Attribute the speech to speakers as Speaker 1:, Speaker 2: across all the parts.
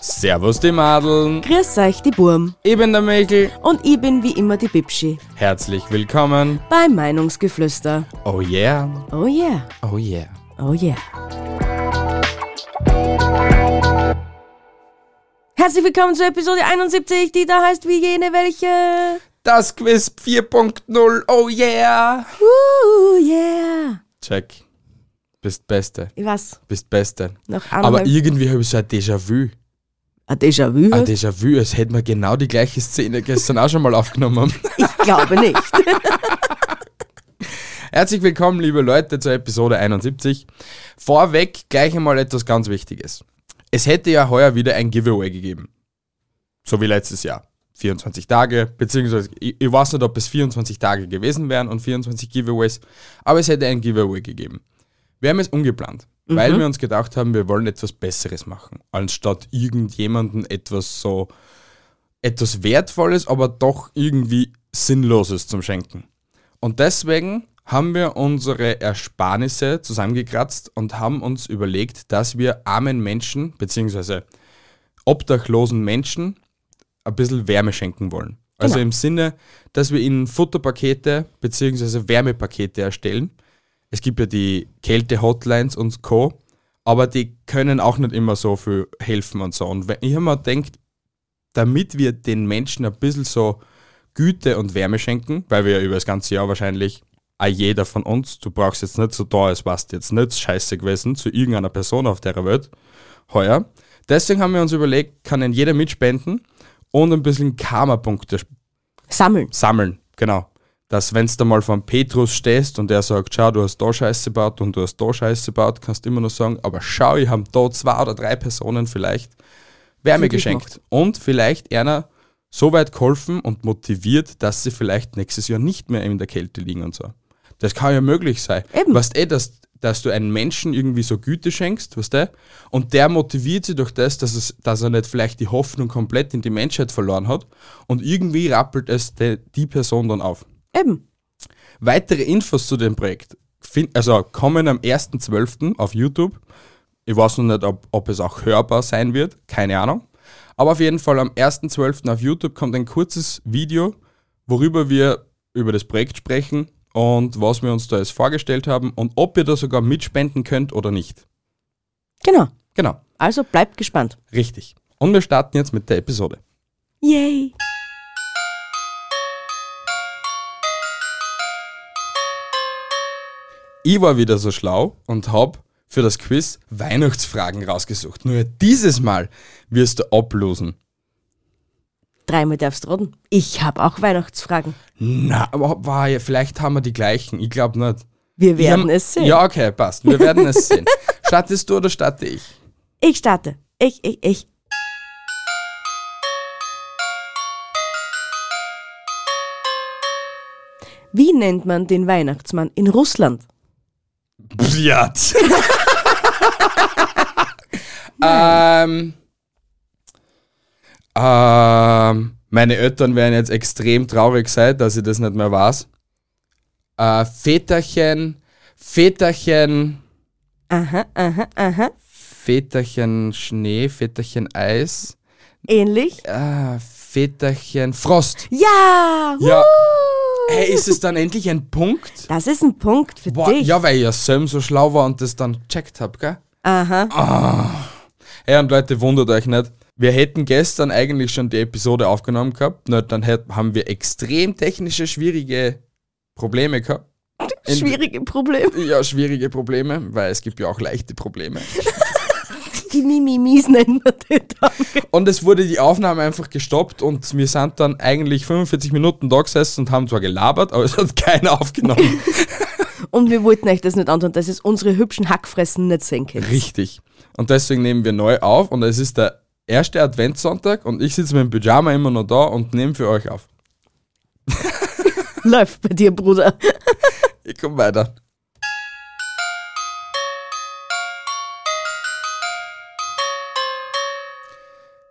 Speaker 1: Servus die Madeln,
Speaker 2: Grüß euch, die Burm.
Speaker 1: ich bin der Michel.
Speaker 2: Und ich bin wie immer die Bibschi
Speaker 1: Herzlich willkommen.
Speaker 2: bei Meinungsgeflüster.
Speaker 1: Oh yeah,
Speaker 2: Oh yeah,
Speaker 1: oh yeah.
Speaker 2: oh yeah. Herzlich willkommen zur Episode 71, die da heißt wie jene welche.
Speaker 1: Das Quiz 4.0, oh yeah.
Speaker 2: Uh, yeah.
Speaker 1: Check. Bist Beste,
Speaker 2: Ich weiß,
Speaker 1: bist Beste.
Speaker 2: noch
Speaker 1: Aber
Speaker 2: einmal.
Speaker 1: irgendwie habe ich Ah, so ein Déjà-vu.
Speaker 2: ein Déjà-vu?
Speaker 1: Ein
Speaker 2: hast?
Speaker 1: Déjà-vu, als hätten wir genau die gleiche Szene gestern auch schon mal aufgenommen.
Speaker 2: Ich glaube nicht.
Speaker 1: Herzlich willkommen, liebe Leute, zur Episode 71. Vorweg gleich einmal etwas ganz Wichtiges. Es hätte ja heuer wieder ein Giveaway gegeben. So wie letztes Jahr. 24 Tage, beziehungsweise ich, ich weiß nicht, ob es 24 Tage gewesen wären und 24 Giveaways, aber es hätte ein Giveaway gegeben. Wir haben es umgeplant, weil wir uns gedacht haben, wir wollen etwas Besseres machen, anstatt irgendjemanden etwas so, etwas Wertvolles, aber doch irgendwie Sinnloses zum Schenken. Und deswegen haben wir unsere Ersparnisse zusammengekratzt und haben uns überlegt, dass wir armen Menschen bzw. obdachlosen Menschen ein bisschen Wärme schenken wollen. Also im Sinne, dass wir ihnen Futterpakete bzw. Wärmepakete erstellen. Es gibt ja die Kälte-Hotlines und Co., aber die können auch nicht immer so viel helfen und so. Und wenn- ich habe mir gedacht, damit wir den Menschen ein bisschen so Güte und Wärme schenken, weil wir ja über das ganze Jahr wahrscheinlich auch jeder von uns, du brauchst jetzt nicht so da, es warst jetzt nicht scheiße gewesen zu irgendeiner Person auf der Welt, heuer. Deswegen haben wir uns überlegt, kann denn jeder mitspenden und ein bisschen Karma-Punkte sp-
Speaker 2: Sammeln.
Speaker 1: sammeln, genau. Dass wenn du mal vor Petrus stehst und der sagt, schau, du hast da Scheiße gebaut und du hast da Scheiße gebaut, kannst du immer noch sagen, aber schau, ich habe da zwei oder drei Personen vielleicht Wärme
Speaker 2: Glücklich
Speaker 1: geschenkt. Und vielleicht einer so weit geholfen und motiviert, dass sie vielleicht nächstes Jahr nicht mehr in der Kälte liegen und so. Das kann ja möglich sein.
Speaker 2: Eben.
Speaker 1: Weißt eh, dass, dass du einem Menschen irgendwie so Güte schenkst, weißt du? Und der motiviert sie durch das, dass, es, dass er nicht vielleicht die Hoffnung komplett in die Menschheit verloren hat. Und irgendwie rappelt es de, die Person dann auf.
Speaker 2: Eben.
Speaker 1: Weitere Infos zu dem Projekt fin- also kommen am 1.12. auf YouTube. Ich weiß noch nicht, ob, ob es auch hörbar sein wird, keine Ahnung. Aber auf jeden Fall am 1.12. auf YouTube kommt ein kurzes Video, worüber wir über das Projekt sprechen und was wir uns da jetzt vorgestellt haben und ob ihr da sogar mitspenden könnt oder nicht.
Speaker 2: Genau.
Speaker 1: Genau,
Speaker 2: Also bleibt gespannt.
Speaker 1: richtig. Und wir starten jetzt mit der Episode.
Speaker 2: Yay.
Speaker 1: Ich war wieder so schlau und hab für das Quiz Weihnachtsfragen rausgesucht. Nur dieses Mal wirst du ablosen.
Speaker 2: Dreimal darfst du roden. Ich habe auch Weihnachtsfragen.
Speaker 1: Na, aber war ja, vielleicht haben wir die gleichen. Ich glaube nicht.
Speaker 2: Wir
Speaker 1: Wir
Speaker 2: werden
Speaker 1: haben-
Speaker 2: es sehen.
Speaker 1: Ja, okay, passt. Wir werden es sehen. Startest du oder starte ich?
Speaker 2: Ich starte. Ich, ich, ich. Wie nennt man den Weihnachtsmann in Russland?
Speaker 1: Bjat. ähm, ähm, meine Eltern werden jetzt extrem traurig sein, dass ich das nicht mehr weiß. Äh, Väterchen, Väterchen,
Speaker 2: Aha, aha, aha.
Speaker 1: Väterchen Schnee, Väterchen Eis,
Speaker 2: Ähnlich?
Speaker 1: äh, Väterchen Frost.
Speaker 2: Ja!
Speaker 1: Ja.
Speaker 2: Wuhu!
Speaker 1: Hey, ist es dann endlich ein Punkt?
Speaker 2: Das ist ein Punkt für
Speaker 1: Boah,
Speaker 2: dich.
Speaker 1: ja, weil ich ja selbst so schlau war und das dann gecheckt hab, gell?
Speaker 2: Aha.
Speaker 1: Ah, Hey und Leute, wundert euch nicht. Wir hätten gestern eigentlich schon die Episode aufgenommen gehabt, nur dann hätt- haben wir extrem technische, schwierige Probleme gehabt. In-
Speaker 2: Schwierige Probleme.
Speaker 1: Ja, schwierige Probleme, weil es gibt ja auch leichte Probleme.
Speaker 2: Die Mimimis nennt man den dann.
Speaker 1: Und es wurde die Aufnahme einfach gestoppt und wir sind dann eigentlich 45 Minuten da gesessen und haben zwar gelabert, aber es hat keiner aufgenommen.
Speaker 2: Und wir wollten euch das nicht antun, dass es unsere hübschen Hackfressen nicht sehen könnt.
Speaker 1: Richtig. Und deswegen nehmen wir neu auf und es ist der erste Adventssonntag und ich sitze mit dem Pyjama immer noch da und nehme für euch auf.
Speaker 2: Läuft bei dir, Bruder.
Speaker 1: Ich komm weiter.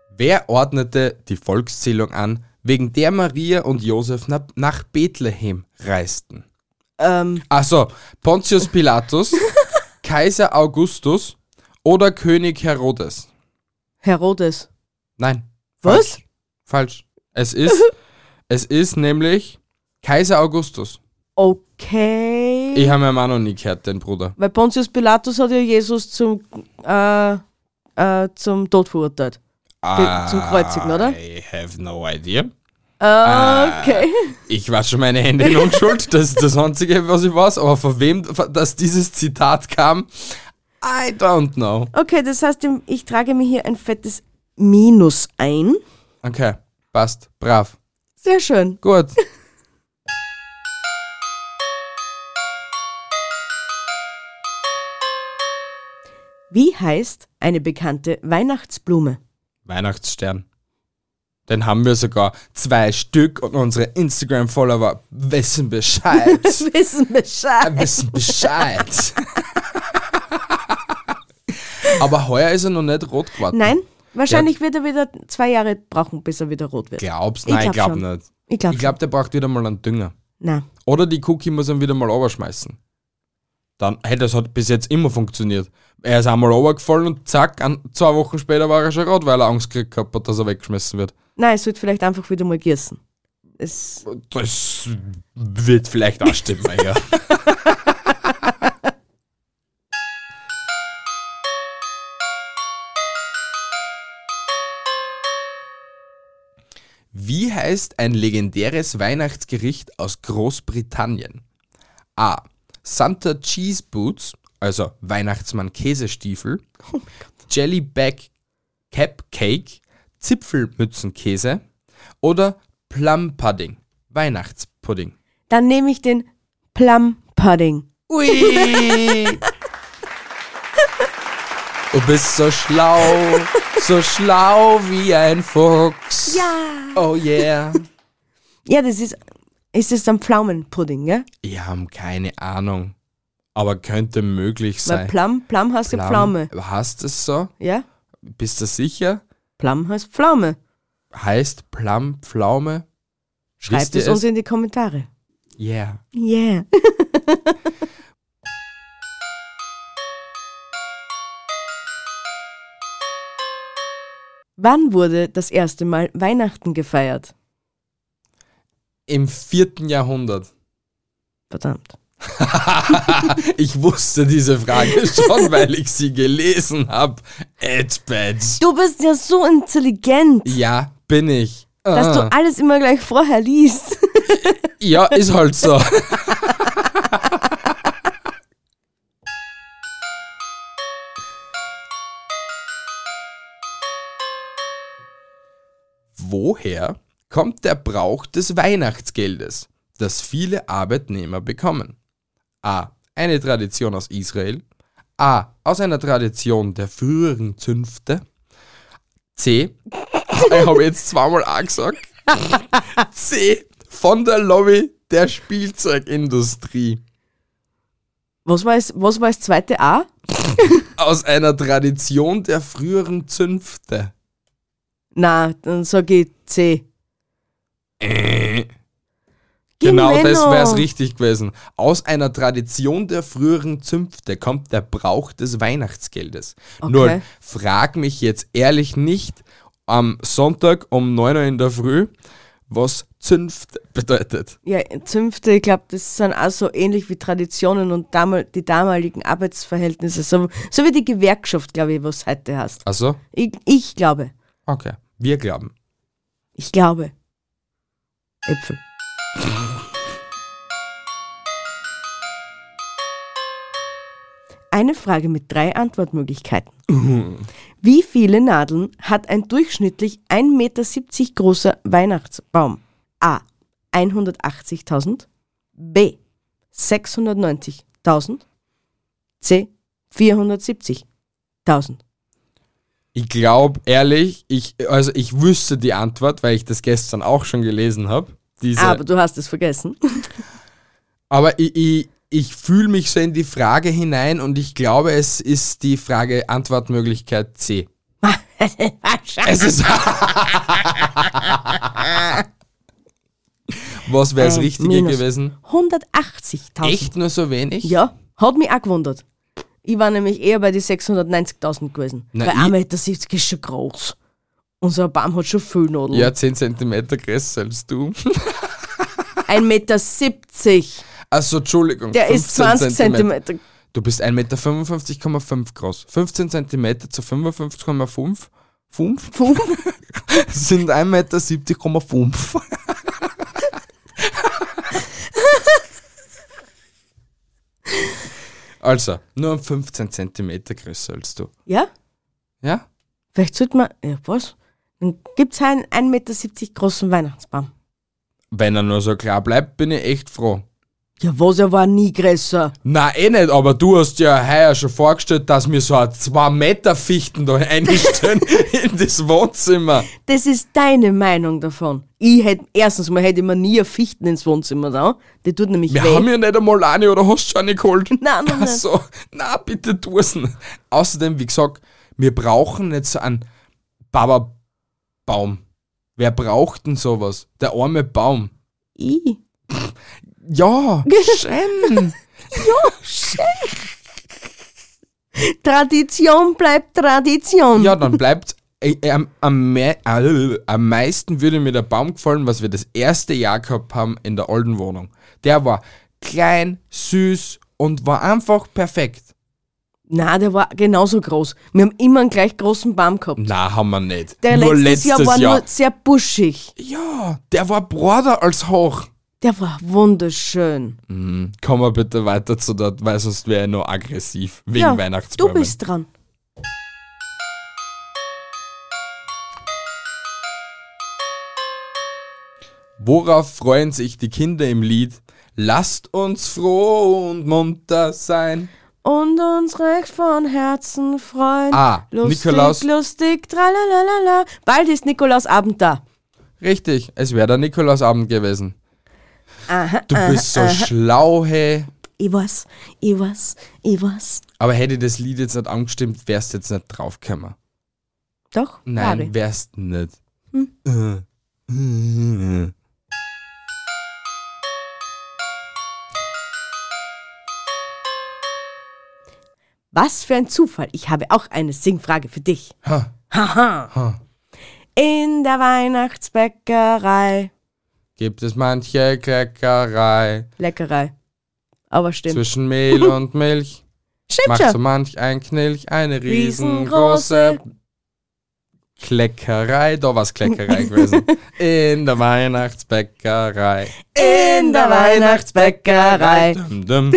Speaker 1: Wer ordnete die Volkszählung an, wegen der Maria und Josef na- nach Bethlehem reisten?
Speaker 2: Ähm,
Speaker 1: Also Pontius Pilatus, Kaiser Augustus oder König Herodes?
Speaker 2: Herodes.
Speaker 1: Nein.
Speaker 2: Was?
Speaker 1: Falsch. Falsch. Es ist, es ist nämlich Kaiser Augustus.
Speaker 2: Okay.
Speaker 1: Ich habe meinen Mann noch nie gehört, den Bruder.
Speaker 2: Weil Pontius Pilatus hat ja Jesus zum, äh, äh, zum Tod verurteilt. zum Kreuzigen, oder?
Speaker 1: Ah, I have no idea. Ah.
Speaker 2: Äh, okay.
Speaker 1: Ich wasche meine Hände in Unschuld, das ist das Einzige, was ich weiß, aber von wem, dass dieses Zitat kam, I don't know.
Speaker 2: Okay, das heißt, ich trage mir hier ein fettes Minus ein.
Speaker 1: Okay, passt, brav,
Speaker 2: Sehr schön.
Speaker 1: gut.
Speaker 2: Wie heißt eine bekannte Weihnachtsblume?
Speaker 1: Weihnachtsstern. Den haben wir sogar zwei Stück und unsere Instagram-Follower wissen Bescheid.
Speaker 2: Wissen Bescheid.
Speaker 1: wissen Bescheid. Aber heuer ist er noch nicht rot geworden.
Speaker 2: Nein, wahrscheinlich wird er wieder zwei Jahre brauchen, bis er wieder rot wird.
Speaker 1: Glaubst?
Speaker 2: Ich
Speaker 1: Nein, ich
Speaker 2: glaub
Speaker 1: glaub,
Speaker 2: schon.
Speaker 1: nicht.
Speaker 2: Ich glaube
Speaker 1: Ich glaube, der braucht wieder mal einen Dünger.
Speaker 2: Na,
Speaker 1: Oder die Cookie muss ihn wieder mal runterschmeißen. Dann, hey, das hat bis jetzt immer funktioniert. Er ist einmal runtergefallen und zack, an, zwei Wochen später war er schon rot, weil er Angst gekriegt gehabt hat, dass er weggeschmissen wird.
Speaker 2: nein, es wird vielleicht einfach wieder mal gießen. Es,
Speaker 1: Äh. Das wird vielleicht auch stimmen, ja. Wie heißt ein legendäres Weihnachtsgericht aus Großbritannien? A. Santa Cheese Boots, also Weihnachtsmann Käsestiefel, Jellyback Capcake, Zipfelmützenkäse oder Plum Pudding, Weihnachtspudding.
Speaker 2: dann nehme ich den Plum Pudding.
Speaker 1: Ui! Du bist so schlau, so schlau wie ein Fuchs.
Speaker 2: Ja.
Speaker 1: Oh yeah.
Speaker 2: Ja, das ist, ist das dann Pflaumenpudding, gell?
Speaker 1: Ich habe keine Ahnung, aber könnte möglich
Speaker 2: Weil
Speaker 1: sein.
Speaker 2: Plum, Plum heißt ja Pflaume.
Speaker 1: Hast es so?
Speaker 2: Ja?
Speaker 1: Bist du sicher?
Speaker 2: Plum heißt Pflaume.
Speaker 1: Heißt Plum Pflaume?
Speaker 2: Schreibt
Speaker 1: Wisst ihr
Speaker 2: es uns in die Kommentare.
Speaker 1: Yeah.
Speaker 2: Yeah. Wann wurde das erste Mal Weihnachten gefeiert?
Speaker 1: Im vierten Jahrhundert.
Speaker 2: Verdammt.
Speaker 1: Ich wusste diese Frage schon, weil ich sie gelesen habe. Edbeds.
Speaker 2: Du bist ja so intelligent,
Speaker 1: Ja, bin ich.
Speaker 2: dass
Speaker 1: Ah.
Speaker 2: du alles immer gleich vorher liest.
Speaker 1: ja, ist halt so. Woher kommt der Brauch des Weihnachtsgeldes, das viele Arbeitnehmer bekommen? A. Eine Tradition aus Israel. A. Aus einer Tradition der früheren Zünfte. C. Ich habe jetzt zweimal A gesagt. C. Von der Lobby der Spielzeugindustrie.
Speaker 2: Was war es, was war es zweite A?
Speaker 1: Aus einer Tradition der früheren Zünfte.
Speaker 2: Na, dann sag ich C.
Speaker 1: Genau das
Speaker 2: Menno.
Speaker 1: wäre es richtig gewesen. Aus einer Tradition der früheren Zünfte kommt der Brauch des Weihnachtsgeldes.
Speaker 2: Okay.
Speaker 1: Nur frag mich jetzt ehrlich nicht am Sonntag um 9 Uhr in der Früh, was Zünfte bedeutet.
Speaker 2: Ja, Zünfte, ich glaube, das sind auch so ähnlich wie Traditionen und damal die damaligen Arbeitsverhältnisse. So, so wie die Gewerkschaft, glaube ich, was heute hast.
Speaker 1: Also,
Speaker 2: Ich, ich glaube.
Speaker 1: okay. Wir glauben.
Speaker 2: Ich glaube. Äpfel. Eine Frage mit drei Antwortmöglichkeiten. Wie viele Nadeln hat ein durchschnittlich 1,70 Meter großer Weihnachtsbaum? A. 180.000 B. 690.000 C. 470.000
Speaker 1: Ich glaube, ehrlich, ich, also ich wüsste die Antwort, weil ich das gestern auch schon gelesen habe.
Speaker 2: Ah, Aber
Speaker 1: Aber,
Speaker 2: du hast es vergessen.
Speaker 1: aber ich, ich, ich fühle mich so in die Frage hinein und ich glaube, es ist die Frage Antwortmöglichkeit C. es ist. Was wäre das
Speaker 2: Ähm,
Speaker 1: Richtige
Speaker 2: minus.
Speaker 1: gewesen?
Speaker 2: 180.000.
Speaker 1: Echt nur so wenig?
Speaker 2: Ja, hat mich auch gewundert. Ich war nämlich eher bei die 690.000 gewesen.
Speaker 1: Na,
Speaker 2: weil
Speaker 1: ich-
Speaker 2: 1,70 Meter ist schon groß. Unser Baum hat schon viel Nadeln.
Speaker 1: Ja, 10 cm größer als du.
Speaker 2: 1,70 Meter.
Speaker 1: Achso, Also, Entschuldigung.
Speaker 2: Der ist 20
Speaker 1: Zentimeter.
Speaker 2: Zentimeter.
Speaker 1: Du bist 1,55,5 Meter groß. 15 cm zu 55,5 fünf sind 1,70,5 Meter. Also, nur um 15 cm größer als du.
Speaker 2: Ja?
Speaker 1: Ja?
Speaker 2: Vielleicht sollte man. Ja, was? Dann gibt es einen 1,70 Meter großen Weihnachtsbaum.
Speaker 1: Wenn er nur so klar bleibt, bin ich echt froh.
Speaker 2: Ja, was? Er war nie größer.
Speaker 1: Na eh nicht, aber du hast ja heuer schon vorgestellt, dass mir so ein 2 Meter Fichten da eingestellt in das Wohnzimmer.
Speaker 2: Das ist deine Meinung davon. Ich hätte, erstens mal hätte ich mir nie eine Fichten ins Wohnzimmer da. Die tut nämlich
Speaker 1: Wir
Speaker 2: weh.
Speaker 1: haben ja nicht einmal eine oder hast schon eine geholt.
Speaker 2: Nein, nein, nein.
Speaker 1: Also, na bitte tu es nicht. Außerdem, wie gesagt, wir brauchen nicht so einen Baba-Baum. Wer braucht denn sowas? Der arme Baum.
Speaker 2: ich.
Speaker 1: Ja, schön.
Speaker 2: Tradition bleibt Tradition.
Speaker 1: Ja, dann bleibt äh, äh, am, am, mei- äh, am meisten würde mir der Baum gefallen, was wir das erste Jahr gehabt haben in der alten Wohnung. Der war klein, süß und war einfach perfekt.
Speaker 2: Nein, der war genauso groß. Wir haben immer einen gleich großen Baum gehabt.
Speaker 1: Na, haben wir nicht.
Speaker 2: Der
Speaker 1: Nur
Speaker 2: letztes Jahr war nur sehr buschig.
Speaker 1: ja, der war broader als hoch.
Speaker 2: Der war wunderschön.
Speaker 1: Komm mal bitte weiter zu dort, weil sonst wäre ich noch aggressiv wegen
Speaker 2: ja,
Speaker 1: Weihnachtsbäumen.
Speaker 2: Du bist dran.
Speaker 1: Worauf freuen sich die Kinder im Lied? Lasst uns froh und munter sein.
Speaker 2: Und uns recht von Herzen freuen.
Speaker 1: Ah,
Speaker 2: lustig,
Speaker 1: Nikolaus.
Speaker 2: lustig, tralalala. Bald ist Nikolausabend da.
Speaker 1: Richtig, es wäre der Nikolausabend gewesen.
Speaker 2: Aha,
Speaker 1: Du bist
Speaker 2: äh,
Speaker 1: so schlau, hey.
Speaker 2: ich weiß, ich weiß, ich weiß.
Speaker 1: Aber hätte ich das Lied jetzt nicht angestimmt, wärst jetzt nicht draufgekommen.
Speaker 2: Doch?
Speaker 1: Nein,
Speaker 2: Gabi.
Speaker 1: wärst nicht.
Speaker 2: Hm?
Speaker 1: Äh,
Speaker 2: Was für ein Zufall. Ich habe auch eine Singfrage für dich.
Speaker 1: Ha,
Speaker 2: Haha.
Speaker 1: ha.
Speaker 2: In der Weihnachtsbäckerei.
Speaker 1: Gibt es manche Kleckerei
Speaker 2: Leckerei. Aber stimmt.
Speaker 1: zwischen Mehl und Milch?
Speaker 2: Stimmt
Speaker 1: Macht so
Speaker 2: schon.
Speaker 1: manch ein Knilch eine
Speaker 2: Riesengroße-
Speaker 1: riesengroße Kleckerei. Da war es Kleckerei gewesen. In der Weihnachtsbäckerei.
Speaker 2: In der Weihnachtsbäckerei.
Speaker 1: Dum, dum.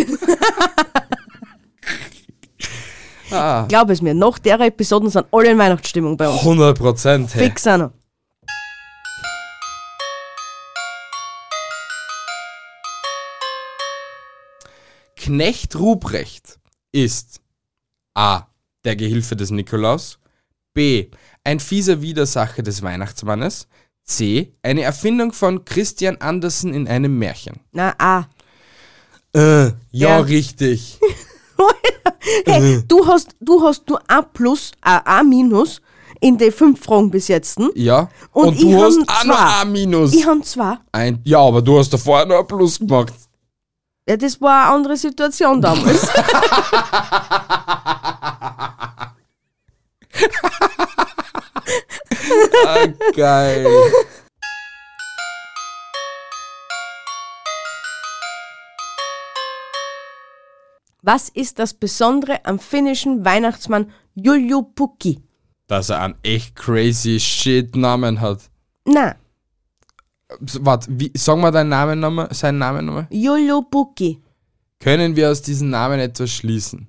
Speaker 1: ah,
Speaker 2: Glaub es mir, nach der Episoden sind alle in Weihnachtsstimmung bei uns.
Speaker 1: 100 Prozent. Hey.
Speaker 2: Fix auch noch.
Speaker 1: Knecht Ruprecht ist A. Der Gehilfe des Nikolaus. B. Ein fieser Widersacher des Weihnachtsmannes. C. Eine Erfindung von Christian Andersen in einem Märchen.
Speaker 2: Na, ah.
Speaker 1: Äh,
Speaker 2: Ja.
Speaker 1: ja, richtig.
Speaker 2: Hey, du hast, du hast nur A plus, A, A minus in den fünf Fragen bis jetzt. hm?
Speaker 1: Ja.
Speaker 2: Und
Speaker 1: Und,
Speaker 2: ich
Speaker 1: du hast
Speaker 2: hab
Speaker 1: auch noch
Speaker 2: zwei.
Speaker 1: ein Minus.
Speaker 2: Ich habe zwei.
Speaker 1: Ein, ja, aber du hast davor noch ein Plus gemacht.
Speaker 2: Ja, das war eine andere Situation damals.
Speaker 1: Ah, geil.
Speaker 2: Was ist das Besondere am finnischen Weihnachtsmann Juju Pukki?
Speaker 1: Dass er einen echt crazy shit Namen hat.
Speaker 2: Na,
Speaker 1: Warte, wie, sag mal deinen Namen nochmal, seinen Namen nochmal.
Speaker 2: Juju Pukki.
Speaker 1: Können wir aus diesem Namen etwas schließen?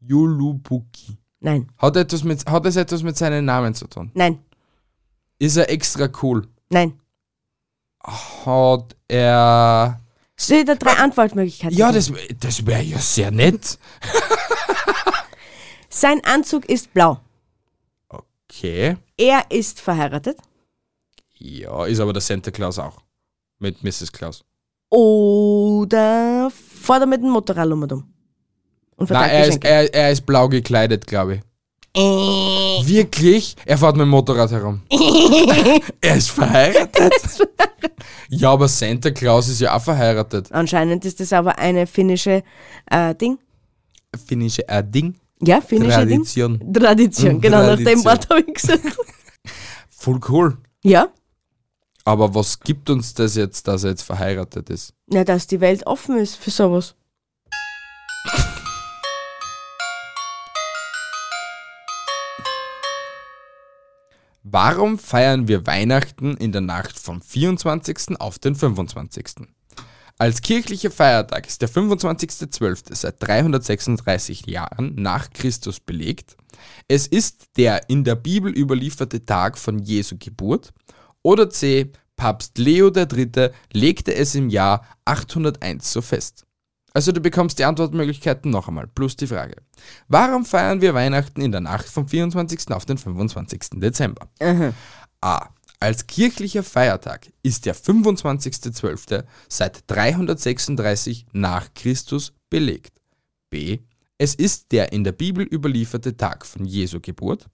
Speaker 1: Yulubuki.
Speaker 2: Nein,
Speaker 1: Hat, etwas mit, hat es etwas mit seinem Namen zu tun?
Speaker 2: nein,
Speaker 1: Ist er extra cool?
Speaker 2: nein.
Speaker 1: Hat er...
Speaker 2: Steht da drei Antwortmöglichkeiten.
Speaker 1: Ah. Ja, das, das wäre ja sehr nett.
Speaker 2: Sein Anzug ist blau.
Speaker 1: Okay.
Speaker 2: Er ist verheiratet.
Speaker 1: Ja, ist aber der Santa Claus auch. Mit Mrs. Claus.
Speaker 2: Oder fährt er mit dem Motorrad um und um. Und
Speaker 1: Nein,
Speaker 2: verteilt
Speaker 1: er ist,
Speaker 2: Geschenke.
Speaker 1: er, er ist blau gekleidet, glaube Äh. ich. Wirklich? Er fährt mit dem Motorrad herum. er ist verheiratet? ja, aber Santa Claus ist ja auch verheiratet.
Speaker 2: Anscheinend ist das aber eine finnische äh, Ding.
Speaker 1: Finnische äh, Ding.
Speaker 2: Ja, finnische
Speaker 1: Tradition.
Speaker 2: Ding. Tradition, genau, nach dem
Speaker 1: Tradition.
Speaker 2: Wort habe ich gesagt.
Speaker 1: Voll cool.
Speaker 2: Ja?
Speaker 1: Aber was gibt uns das jetzt, dass er jetzt verheiratet ist?
Speaker 2: Na, dass die Welt offen ist für sowas.
Speaker 1: Warum feiern wir Weihnachten in der Nacht vom 24. auf den 25.? Als kirchlicher Feiertag ist der 25.12. seit 336 Jahren nach Christus belegt. Es ist der in der Bibel überlieferte Tag von Jesu Geburt. Oder C. Papst Leo III. legte es im Jahr 801 so fest. Also du bekommst die Antwortmöglichkeiten noch einmal, plus die Frage. Warum feiern wir Weihnachten in der Nacht vom 24. auf den 25. Dezember?
Speaker 2: Aha.
Speaker 1: A. Als kirchlicher Feiertag ist der 25.12. seit 336 nach Christus belegt. B. Es ist der in der Bibel überlieferte Tag von Jesu Geburt.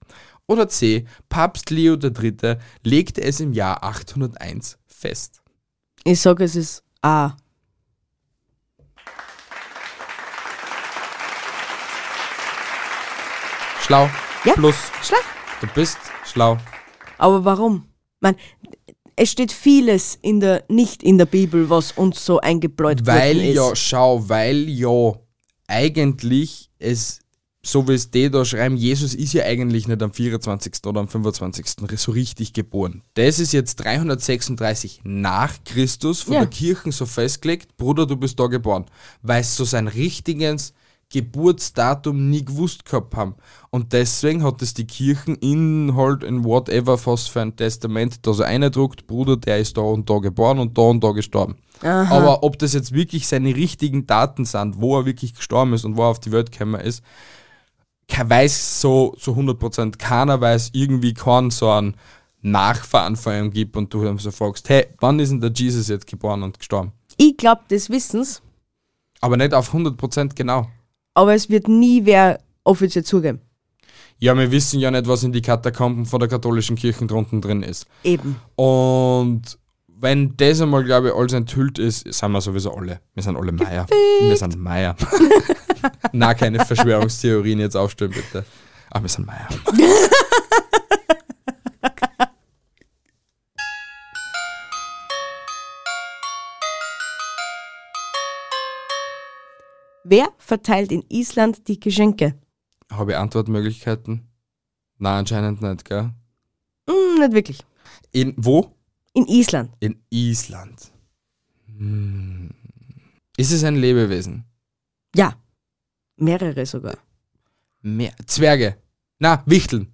Speaker 1: Oder C. Papst Leo III. legte es im Jahr 801 fest.
Speaker 2: Ich sage, es ist ah, A.
Speaker 1: Schlau.
Speaker 2: Ja.
Speaker 1: Plus.
Speaker 2: Schlag.
Speaker 1: Du bist schlau.
Speaker 2: Aber warum? Man, es steht vieles in der, nicht in der Bibel, was uns so eingebläut
Speaker 1: Weil
Speaker 2: worden ist.
Speaker 1: ja, schau, weil ja eigentlich es, so wie es die da schreiben, Jesus ist ja eigentlich nicht am 24. oder am 25. so richtig geboren. Das ist jetzt 336 nach Christus von
Speaker 2: Ja.
Speaker 1: der Kirche so festgelegt, Bruder, du bist da geboren. Weil es so sein richtiges Geburtsdatum nie gewusst gehabt haben. Und deswegen hat es die Kirchen in halt in whatever was für ein Testament da so eindruckt, Bruder, der ist da und da geboren und da und da gestorben. Aber ob das jetzt wirklich seine richtigen Daten sind, wo er wirklich gestorben ist und wo er auf die Welt gekommen ist, ke- weiß so zu 100%, keiner weiß irgendwie keinen so einen Nachfahren von ihm gibt und du ihm so fragst, hey, wann ist denn der Jesus jetzt geboren und gestorben?
Speaker 2: ich glaube des Wissens,
Speaker 1: Aber nicht auf 100% genau.
Speaker 2: aber es wird nie wer offiziell zugeben.
Speaker 1: Ja, wir wissen ja nicht, was in die Katakomben von der katholischen Kirche drunten drin ist.
Speaker 2: Eben.
Speaker 1: Und wenn das einmal, glaube ich, alles enthüllt ist, sind wir sowieso alle. Wir sind alle Meier. Wir sind Meier. Na, keine Verschwörungstheorien jetzt aufstellen, bitte. Aber wir sind Meier.
Speaker 2: Wer verteilt in Island die Geschenke?
Speaker 1: Habe ich Antwortmöglichkeiten? Na, anscheinend nicht, gell?
Speaker 2: Hm, nicht wirklich.
Speaker 1: In wo?
Speaker 2: In Island.
Speaker 1: In Island. Hm. Ist es ein Lebewesen?
Speaker 2: Ja. Mehrere sogar.
Speaker 1: Mehr. Zwerge. Na, Wichteln.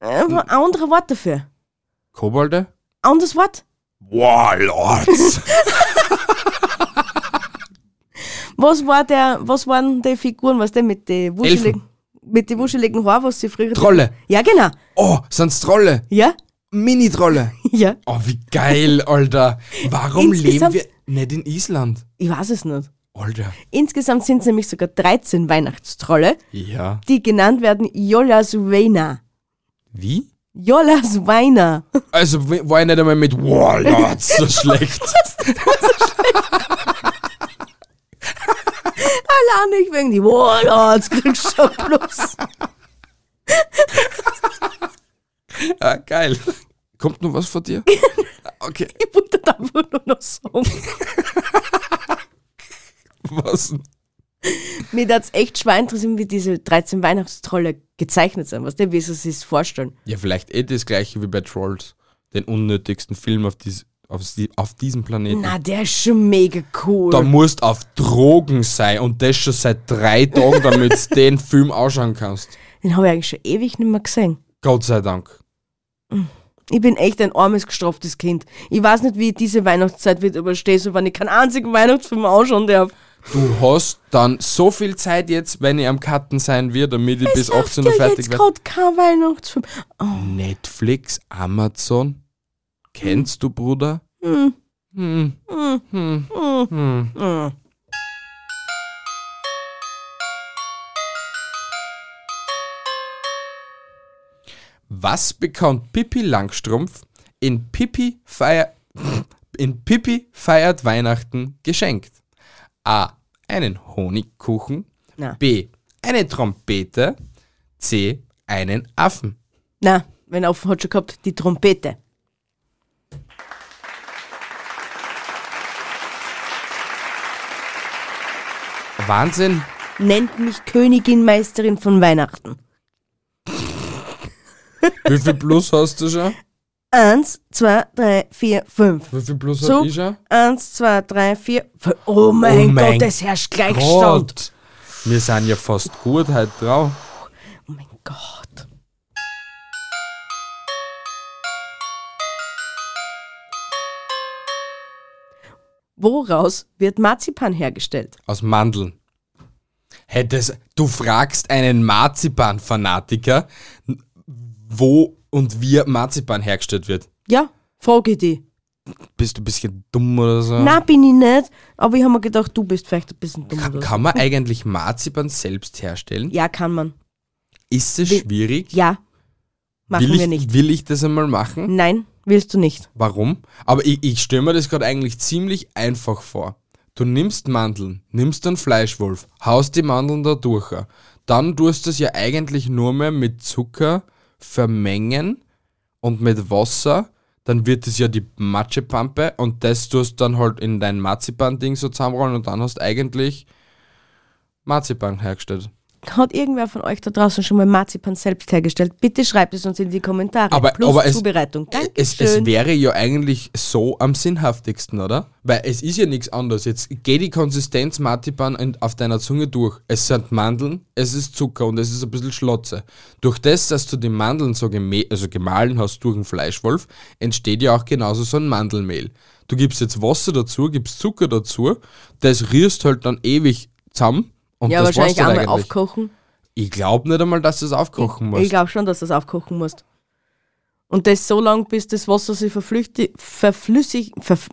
Speaker 2: Äh,
Speaker 1: Hm.
Speaker 2: ein anderes Wort dafür.
Speaker 1: Kobolde?
Speaker 2: Anderes Wort.
Speaker 1: Warlords.
Speaker 2: Was, war der, was waren die Figuren, was denn mit den wuscheligen, mit den wuscheligen Haaren, was sie früher...
Speaker 1: Trolle.
Speaker 2: Ja, genau.
Speaker 1: Oh, sind's Trolle.
Speaker 2: Ja,
Speaker 1: Mini-Trolle.
Speaker 2: ja.
Speaker 1: Oh, wie geil, Alter. Warum leben
Speaker 2: Insgesamt-
Speaker 1: wir nicht in Island?
Speaker 2: Ich weiß es nicht.
Speaker 1: Alter.
Speaker 2: Insgesamt sind es nämlich sogar 13 Weihnachtstrolle,
Speaker 1: Ja.
Speaker 2: die genannt werden Jolasweina.
Speaker 1: Wie?
Speaker 2: Jolasweina.
Speaker 1: Also w- war ich nicht einmal mit Warlords so schlecht.
Speaker 2: Allein nicht wegen die Warlords kriegst du schon bloß.
Speaker 1: Ah, geil. Kommt noch was von dir? Okay,
Speaker 2: Ich wollte da wohl nur noch sagen.
Speaker 1: was? denn?
Speaker 2: Mir hat's echt schwer interessiert, wie diese 13 Weihnachtstrolle gezeichnet sind. Was der wie sie sich vorstellen.
Speaker 1: Ja, vielleicht eh das gleiche wie bei Trolls. Den unnötigsten Film auf, dies, auf, sie- auf diesem Planeten.
Speaker 2: Na, der ist schon mega cool.
Speaker 1: Da musst auf Drogen sein und das schon seit drei Tagen, damit du den Film ausschauen kannst.
Speaker 2: Den habe ich eigentlich schon ewig nicht mehr gesehen.
Speaker 1: Gott sei Dank.
Speaker 2: Ich bin echt ein armes, gestraftes Kind. Ich weiß nicht, wie ich diese Weihnachtszeit wieder überstehe, so wenn ich keinen einzigen Weihnachtsfilm anschauen darf.
Speaker 1: Du hast dann so viel Zeit jetzt, wenn ich am Cutten sein wird, damit ich bis 18 Uhr
Speaker 2: ja
Speaker 1: fertig
Speaker 2: jetzt
Speaker 1: werde.
Speaker 2: gerade kein Weihnachtsfilm. Oh,
Speaker 1: Netflix, Amazon. Kennst du, Bruder? Hm. Hm. Hm. Was bekommt Pippi Langstrumpf in Pippi feiert in Pippi feiert Weihnachten geschenkt? A. Einen Honigkuchen.
Speaker 2: Na.
Speaker 1: B. Eine Trompete. C. Einen Affen.
Speaker 2: na, Wenn offen hat schon gehabt, die Trompete.
Speaker 1: Wahnsinn.
Speaker 2: Nennt mich Königin, Meisterin von Weihnachten.
Speaker 1: Wie viel Plus hast du schon?
Speaker 2: Eins, zwei, drei, vier, fünf.
Speaker 1: Wie viel Plus
Speaker 2: So.
Speaker 1: hab ich schon?
Speaker 2: Eins, zwei, drei, vier, fünf. Oh
Speaker 1: Oh
Speaker 2: mein,
Speaker 1: mein
Speaker 2: Gott, es herrscht Gleichstand.
Speaker 1: Wir sind ja fast gut heute drauf.
Speaker 2: Oh mein Gott. Woraus wird Marzipan hergestellt?
Speaker 1: Aus Mandeln. Hättest, du fragst einen Marzipan-Fanatiker, wo und wie Marzipan hergestellt wird.
Speaker 2: Ja, frage ich dich.
Speaker 1: Bist du ein bisschen dumm oder so?
Speaker 2: Nein, bin ich nicht, aber ich habe mir gedacht, du bist vielleicht ein bisschen dumm.
Speaker 1: Ka-
Speaker 2: oder so.
Speaker 1: Kann man eigentlich Marzipan selbst herstellen?
Speaker 2: Ja, kann man.
Speaker 1: Ist es
Speaker 2: Wie-
Speaker 1: schwierig?
Speaker 2: Ja, machen
Speaker 1: will ich,
Speaker 2: wir nicht.
Speaker 1: Will ich das einmal machen?
Speaker 2: Nein, willst du nicht.
Speaker 1: Warum? Aber ich, ich stelle mir das gerade eigentlich ziemlich einfach vor. Du nimmst Mandeln, nimmst einen Fleischwolf, haust die Mandeln da durch. Dann tust du es ja eigentlich nur mehr mit Zucker vermengen und mit Wasser. Dann wird es ja die Matschepampe und das tust du dann halt in dein Marzipan-Ding so zusammenrollen und dann hast du eigentlich Marzipan hergestellt.
Speaker 2: Hat irgendwer von euch da draußen schon mal Marzipan selbst hergestellt? Bitte schreibt es uns in die Kommentare.
Speaker 1: Aber-
Speaker 2: Plus
Speaker 1: aber es-
Speaker 2: Zubereitung.
Speaker 1: Es,
Speaker 2: Dankeschön.
Speaker 1: es wäre ja eigentlich so am sinnhaftigsten, oder? Weil es ist ja nichts anderes. Jetzt geht die Konsistenz Marzipan in- auf deiner Zunge durch. Es sind Mandeln, es ist Zucker und es ist ein bisschen Schlotze. Durch das, dass du die Mandeln so gemä also gemahlen hast durch den Fleischwolf, entsteht ja auch genauso so ein Mandelmehl. Du gibst jetzt Wasser dazu, gibst Zucker dazu, das rührst halt dann ewig zusammen und
Speaker 2: ja,
Speaker 1: das war's
Speaker 2: wahrscheinlich
Speaker 1: dann
Speaker 2: einmal
Speaker 1: eigentlich.
Speaker 2: aufkochen.
Speaker 1: ich glaube nicht einmal, dass du es aufkochen musst.
Speaker 2: Ich glaube schon, dass du es aufkochen musst. Und das so lange, bis das Wasser sich verflüchti- verflüssig, verf,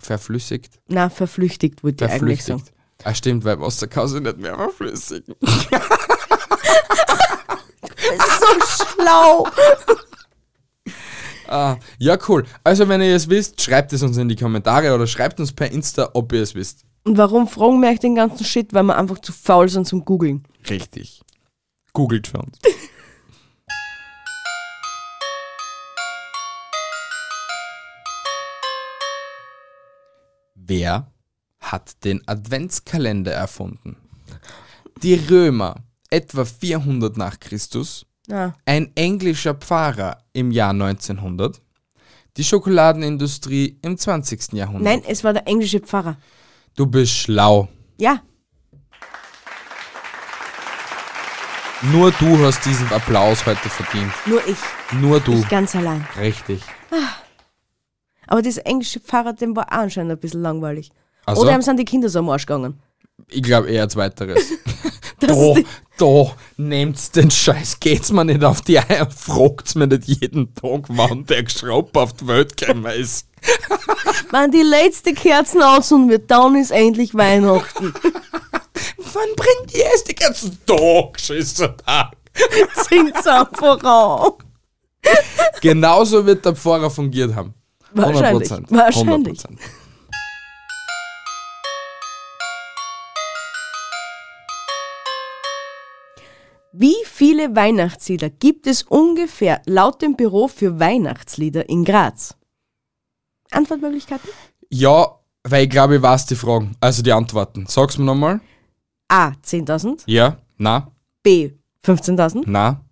Speaker 1: Verflüssigt.
Speaker 2: na, verflüchtigt, wollte ich eigentlich sagen.
Speaker 1: Verflüchtigt. Ah, stimmt, weil Wasser kann sich nicht mehr verflüssigen.
Speaker 2: so schlau!
Speaker 1: Ah, ja, cool. Also, wenn ihr es wisst, schreibt es uns in die Kommentare oder schreibt uns per Insta, ob ihr es wisst.
Speaker 2: Und warum fragen wir euch den ganzen Shit? Weil wir einfach zu faul sind zum Googeln.
Speaker 1: Richtig. Googelt für uns. Wer hat den Adventskalender erfunden? Die Römer, etwa 400 nach Christus,
Speaker 2: Ja.
Speaker 1: ein englischer Pfarrer im Jahr 1900, die Schokoladenindustrie im 20. Jahrhundert.
Speaker 2: Nein, es war der englische Pfarrer.
Speaker 1: Du bist schlau.
Speaker 2: Ja,
Speaker 1: Nur du hast diesen Applaus heute verdient.
Speaker 2: nur ich.
Speaker 1: Nur du.
Speaker 2: Ich ganz allein.
Speaker 1: Richtig.
Speaker 2: Aber das englische Pfarrer, dem war auch anscheinend ein bisschen langweilig.
Speaker 1: Also?
Speaker 2: Oder ihm sind die Kinder so am Arsch gegangen.
Speaker 1: Ich glaube eher zweiteres.
Speaker 2: Das
Speaker 1: da,
Speaker 2: ist die-
Speaker 1: da, nehmt's den Scheiß, geht's mir nicht auf die Eier, fragt's mir nicht jeden Tag, wann der Geschraub auf die Welt gekommen ist.
Speaker 2: Wenn die letzte Kerzen anzünden wird, dann ist endlich Weihnachten.
Speaker 1: Wann bringt ihr es den ganzen Tag, schisser Tag?
Speaker 2: Zünd's einfach an.
Speaker 1: Genauso wird der Pfarrer fungiert haben.
Speaker 2: Wahrscheinlich.
Speaker 1: 100%.
Speaker 2: Wahrscheinlich.
Speaker 1: 100%.
Speaker 2: Wie viele Weihnachtslieder gibt es ungefähr laut dem Büro für Weihnachtslieder in Graz? Antwortmöglichkeiten?
Speaker 1: Ja, weil ich glaube, ich weiß die Fragen, also die Antworten. Sag's mir nochmal.
Speaker 2: A. 10.000,
Speaker 1: Ja, na,
Speaker 2: B. 15.000,
Speaker 1: na,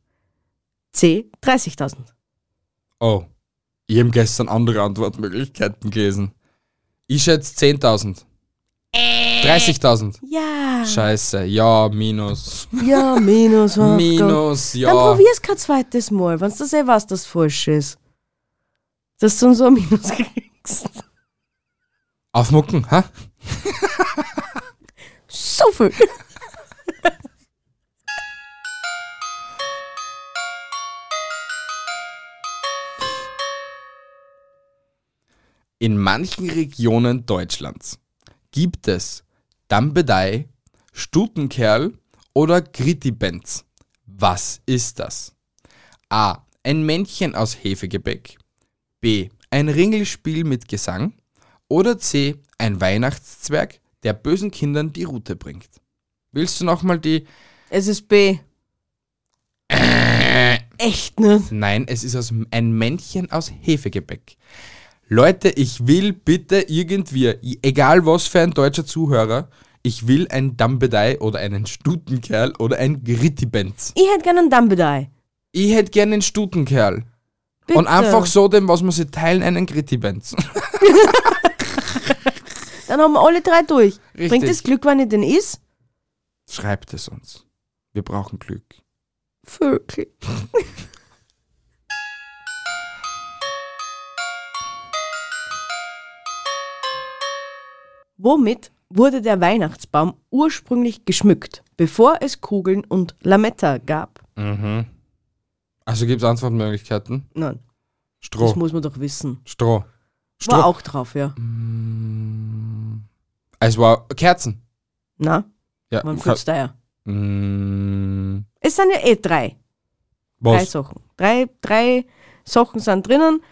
Speaker 2: C. 30.000.
Speaker 1: oh. Ich habe gestern andere Antwortmöglichkeiten gelesen. Ich schätze 10.000. 30.000.
Speaker 2: Ja.
Speaker 1: Scheiße, ja, minus.
Speaker 2: Ja, minus. ach Gott.
Speaker 1: Minus,
Speaker 2: Dann
Speaker 1: ja.
Speaker 2: probier's kein zweites Mal, wenn du eh weißt, dass falsch ist. Dass du so ein Minus kriegst.
Speaker 1: Aufmucken, ha?
Speaker 2: So viel.
Speaker 1: In manchen Regionen Deutschlands gibt es Dambedei, Stutenkerl oder Gritibenz. Was ist das? A. Ein Männchen aus Hefegebäck. B. Ein Ringelspiel mit Gesang. Oder C. Ein Weihnachtszwerg, der bösen Kindern die Rute bringt. Willst du nochmal die
Speaker 2: Es ist B. Echt nicht.
Speaker 1: Nein, es ist aus ein Männchen aus Hefegebäck. Leute, ich will bitte irgendwie, egal was für ein deutscher Zuhörer, ich will einen Dambedei oder einen Stutenkerl oder einen Grittibenz.
Speaker 2: Ich hätte gerne einen Dumbledore.
Speaker 1: Ich hätte gerne einen Stutenkerl.
Speaker 2: Bitte.
Speaker 1: Und einfach so dem, was man sich teilen, einen Grittibenz.
Speaker 2: Dann haben wir alle drei durch.
Speaker 1: Richtig.
Speaker 2: Bringt das Glück, wenn ich den is?
Speaker 1: Schreibt es uns. Wir brauchen Glück.
Speaker 2: Vögel. Womit wurde der Weihnachtsbaum ursprünglich geschmückt, bevor es Kugeln und Lametta gab?
Speaker 1: Also gibt es Antwortmöglichkeiten?
Speaker 2: Nein, das
Speaker 1: Stroh.
Speaker 2: muss man doch wissen.
Speaker 1: Stroh. Stroh.
Speaker 2: War auch drauf, ja.
Speaker 1: Es war Kerzen.
Speaker 2: Na,
Speaker 1: Ja.
Speaker 2: man
Speaker 1: Ka-
Speaker 2: fühlt's daher.
Speaker 1: Mm,
Speaker 2: Es sind ja eh drei. Drei
Speaker 1: was?
Speaker 2: Sachen. Drei, drei Sachen sind drinnen.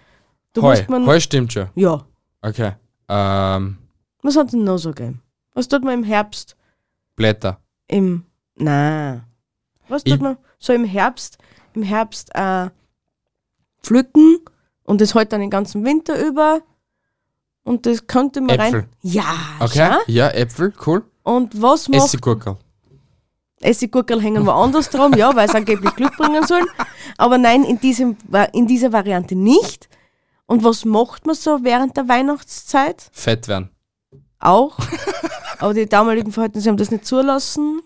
Speaker 2: Du
Speaker 1: Heu.
Speaker 2: musst man.
Speaker 1: Heu stimmt schon.
Speaker 2: Ja.
Speaker 1: Okay. Ähm,
Speaker 2: Was hat denn noch so gegeben? Was tut man im Herbst?
Speaker 1: Blätter.
Speaker 2: Im. Na. Was
Speaker 1: Ich-
Speaker 2: tut man so im Herbst? Im Herbst äh, pflücken und das halt dann den ganzen Winter über. Und das könnte man
Speaker 1: Äpfel.
Speaker 2: rein. Ja,
Speaker 1: Okay.
Speaker 2: schau.
Speaker 1: Ja, Äpfel, cool.
Speaker 2: Und was macht
Speaker 1: Essigurkel.
Speaker 2: Essiggurkel hängen woanders dran, ja, weil es angeblich Glück bringen sollen. Aber nein, in, diesem, in dieser Variante nicht. Und was macht man so während der Weihnachtszeit?
Speaker 1: Fett werden.
Speaker 2: Auch. Aber die damaligen Verhältnisse haben das nicht zulassen.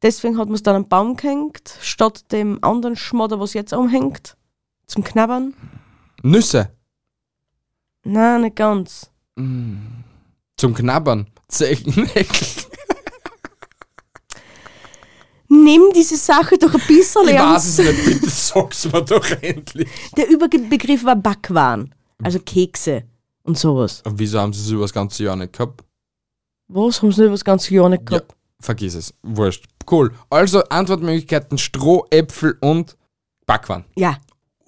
Speaker 2: Deswegen hat man es dann am Baum gehängt, statt dem anderen Schmodder, was jetzt umhängt. Zum Knabbern?
Speaker 1: Nüsse.
Speaker 2: Nein, nicht ganz.
Speaker 1: Mm. Zum Knabbern. Zechennägel.
Speaker 2: Nimm diese Sache doch ein bisschen
Speaker 1: Ich weiß es
Speaker 2: ernst.
Speaker 1: nicht, bitte sag's mir doch endlich.
Speaker 2: Der Überbegriff war Backwaren, also Kekse und sowas.
Speaker 1: Und wieso haben sie es über das ganze Jahr nicht gehabt?
Speaker 2: Was haben sie über das ganze Jahr nicht
Speaker 1: Ja,
Speaker 2: gehabt?
Speaker 1: vergiss es. Wurscht. Cool. Also Antwortmöglichkeiten Stroh, Äpfel und Backwaren.
Speaker 2: Ja.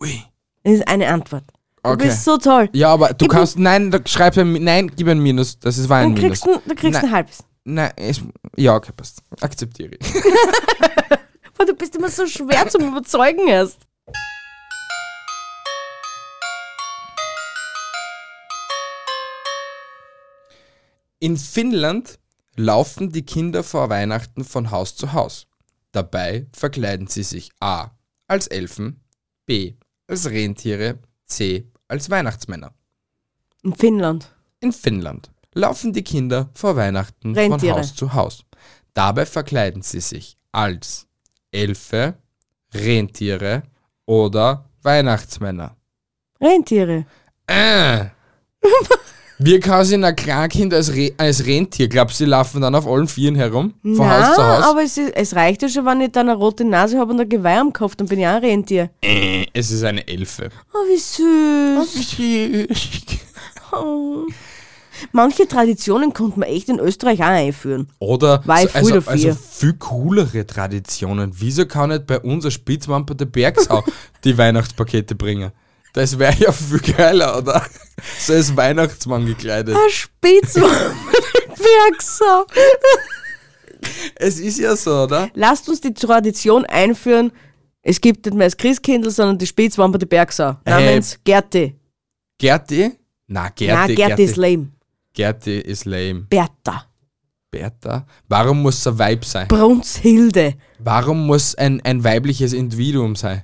Speaker 1: Ui.
Speaker 2: Das ist eine Antwort. Du
Speaker 1: Okay.
Speaker 2: bist so toll.
Speaker 1: Ja, aber du
Speaker 2: Gib
Speaker 1: kannst, nein, da schreib ein, Mi- nein, gib ein Minus, das ist war ein
Speaker 2: Dann
Speaker 1: Minus.
Speaker 2: kriegst du dann kriegst du ein halbes.
Speaker 1: Nein, es, ja, okay, passt. Akzeptiere ich.
Speaker 2: Boah, du bist immer so schwer zum Überzeugen erst.
Speaker 1: In Finnland laufen die Kinder vor Weihnachten von Haus zu Haus. Dabei verkleiden sie sich A als Elfen, B als Rentiere, C als Weihnachtsmänner.
Speaker 2: In Finnland.
Speaker 1: In Finnland laufen die Kinder vor Weihnachten
Speaker 2: Rentiere.
Speaker 1: von Haus zu Haus. Dabei verkleiden sie sich als Elfe, Rentiere oder Weihnachtsmänner.
Speaker 2: Rentiere.
Speaker 1: Äh. Wir kaufen ein Kleinkind als, Re als Rentier. Glaubst du, die laufen dann auf allen Vieren herum? Von
Speaker 2: Na,
Speaker 1: Haus zu Haus?
Speaker 2: aber es, ist, es reicht ja schon, wenn ich dann eine rote Nase habe und ein Geweih am Kopf, dann bin ich auch ein Rentier.
Speaker 1: Äh, es ist eine Elfe.
Speaker 2: Oh, wie süß. Oh. Manche Traditionen konnte man echt in Österreich auch einführen.
Speaker 1: Oder
Speaker 2: War ich
Speaker 1: also,
Speaker 2: voll dafür.
Speaker 1: also viel coolere Traditionen. Wieso kann nicht bei uns eine Spitzwampe der Bergsau die Weihnachtspakete bringen? Das wäre ja viel geiler, oder? So als Weihnachtsmann gekleidet.
Speaker 2: Ah, Spitz, Bergsau.
Speaker 1: Es ist ja so, oder?
Speaker 2: Lasst uns die Tradition einführen. Es gibt nicht mehr das Christkindl, sondern die Spitzwampe der Bergsau.
Speaker 1: Hey.
Speaker 2: Namens Gerti.
Speaker 1: Gerti? Na, Gerti,
Speaker 2: Nein, Gerti ist lame.
Speaker 1: Gerti ist lame.
Speaker 2: Bertha.
Speaker 1: Bertha? Warum muss es ein Weib sein?
Speaker 2: Brunshilde.
Speaker 1: Warum muss ein, ein weibliches Individuum sein?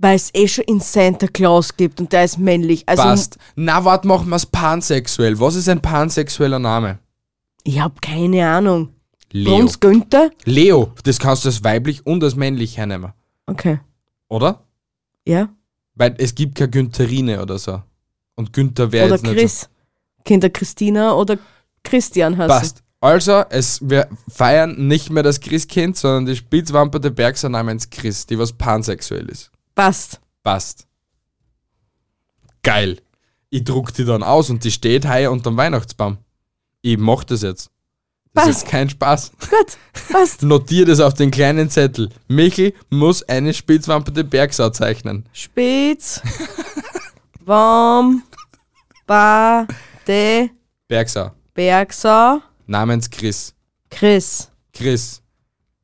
Speaker 2: Weil es eh schon in Santa Claus gibt und der ist männlich. Also,
Speaker 1: Passt. Na, warte, machen wir es pansexuell. Was ist ein pansexueller Name?
Speaker 2: ich habe keine Ahnung.
Speaker 1: Leo.
Speaker 2: Bruns Günther?
Speaker 1: Leo. Das kannst du als weiblich und als männlich hernehmen.
Speaker 2: Okay.
Speaker 1: Oder?
Speaker 2: Ja?
Speaker 1: Weil es gibt keine Güntherine oder so. Und Günther wäre
Speaker 2: Oder
Speaker 1: jetzt nicht
Speaker 2: Chris. Kinder Christina oder Christian
Speaker 1: so.
Speaker 2: heißt
Speaker 1: Passt. Also, es, wir feiern nicht mehr das Christkind, sondern die Spitzwampe der Bergser namens Chris, die was pansexuell ist.
Speaker 2: Passt.
Speaker 1: Passt. Geil. Ich druck die dann aus und die steht heuer unterm Weihnachtsbaum. Ich mach das jetzt. Das ist
Speaker 2: Passt.
Speaker 1: jetzt kein Spaß.
Speaker 2: Gut. Passt.
Speaker 1: Notier das auf den kleinen Zettel. Michel muss eine Spitzwampe der Bergsau zeichnen.
Speaker 2: Spitz. Warm. Ba. De.
Speaker 1: Bergsau.
Speaker 2: Bergsau.
Speaker 1: Namens Chris.
Speaker 2: Chris.
Speaker 1: Chris.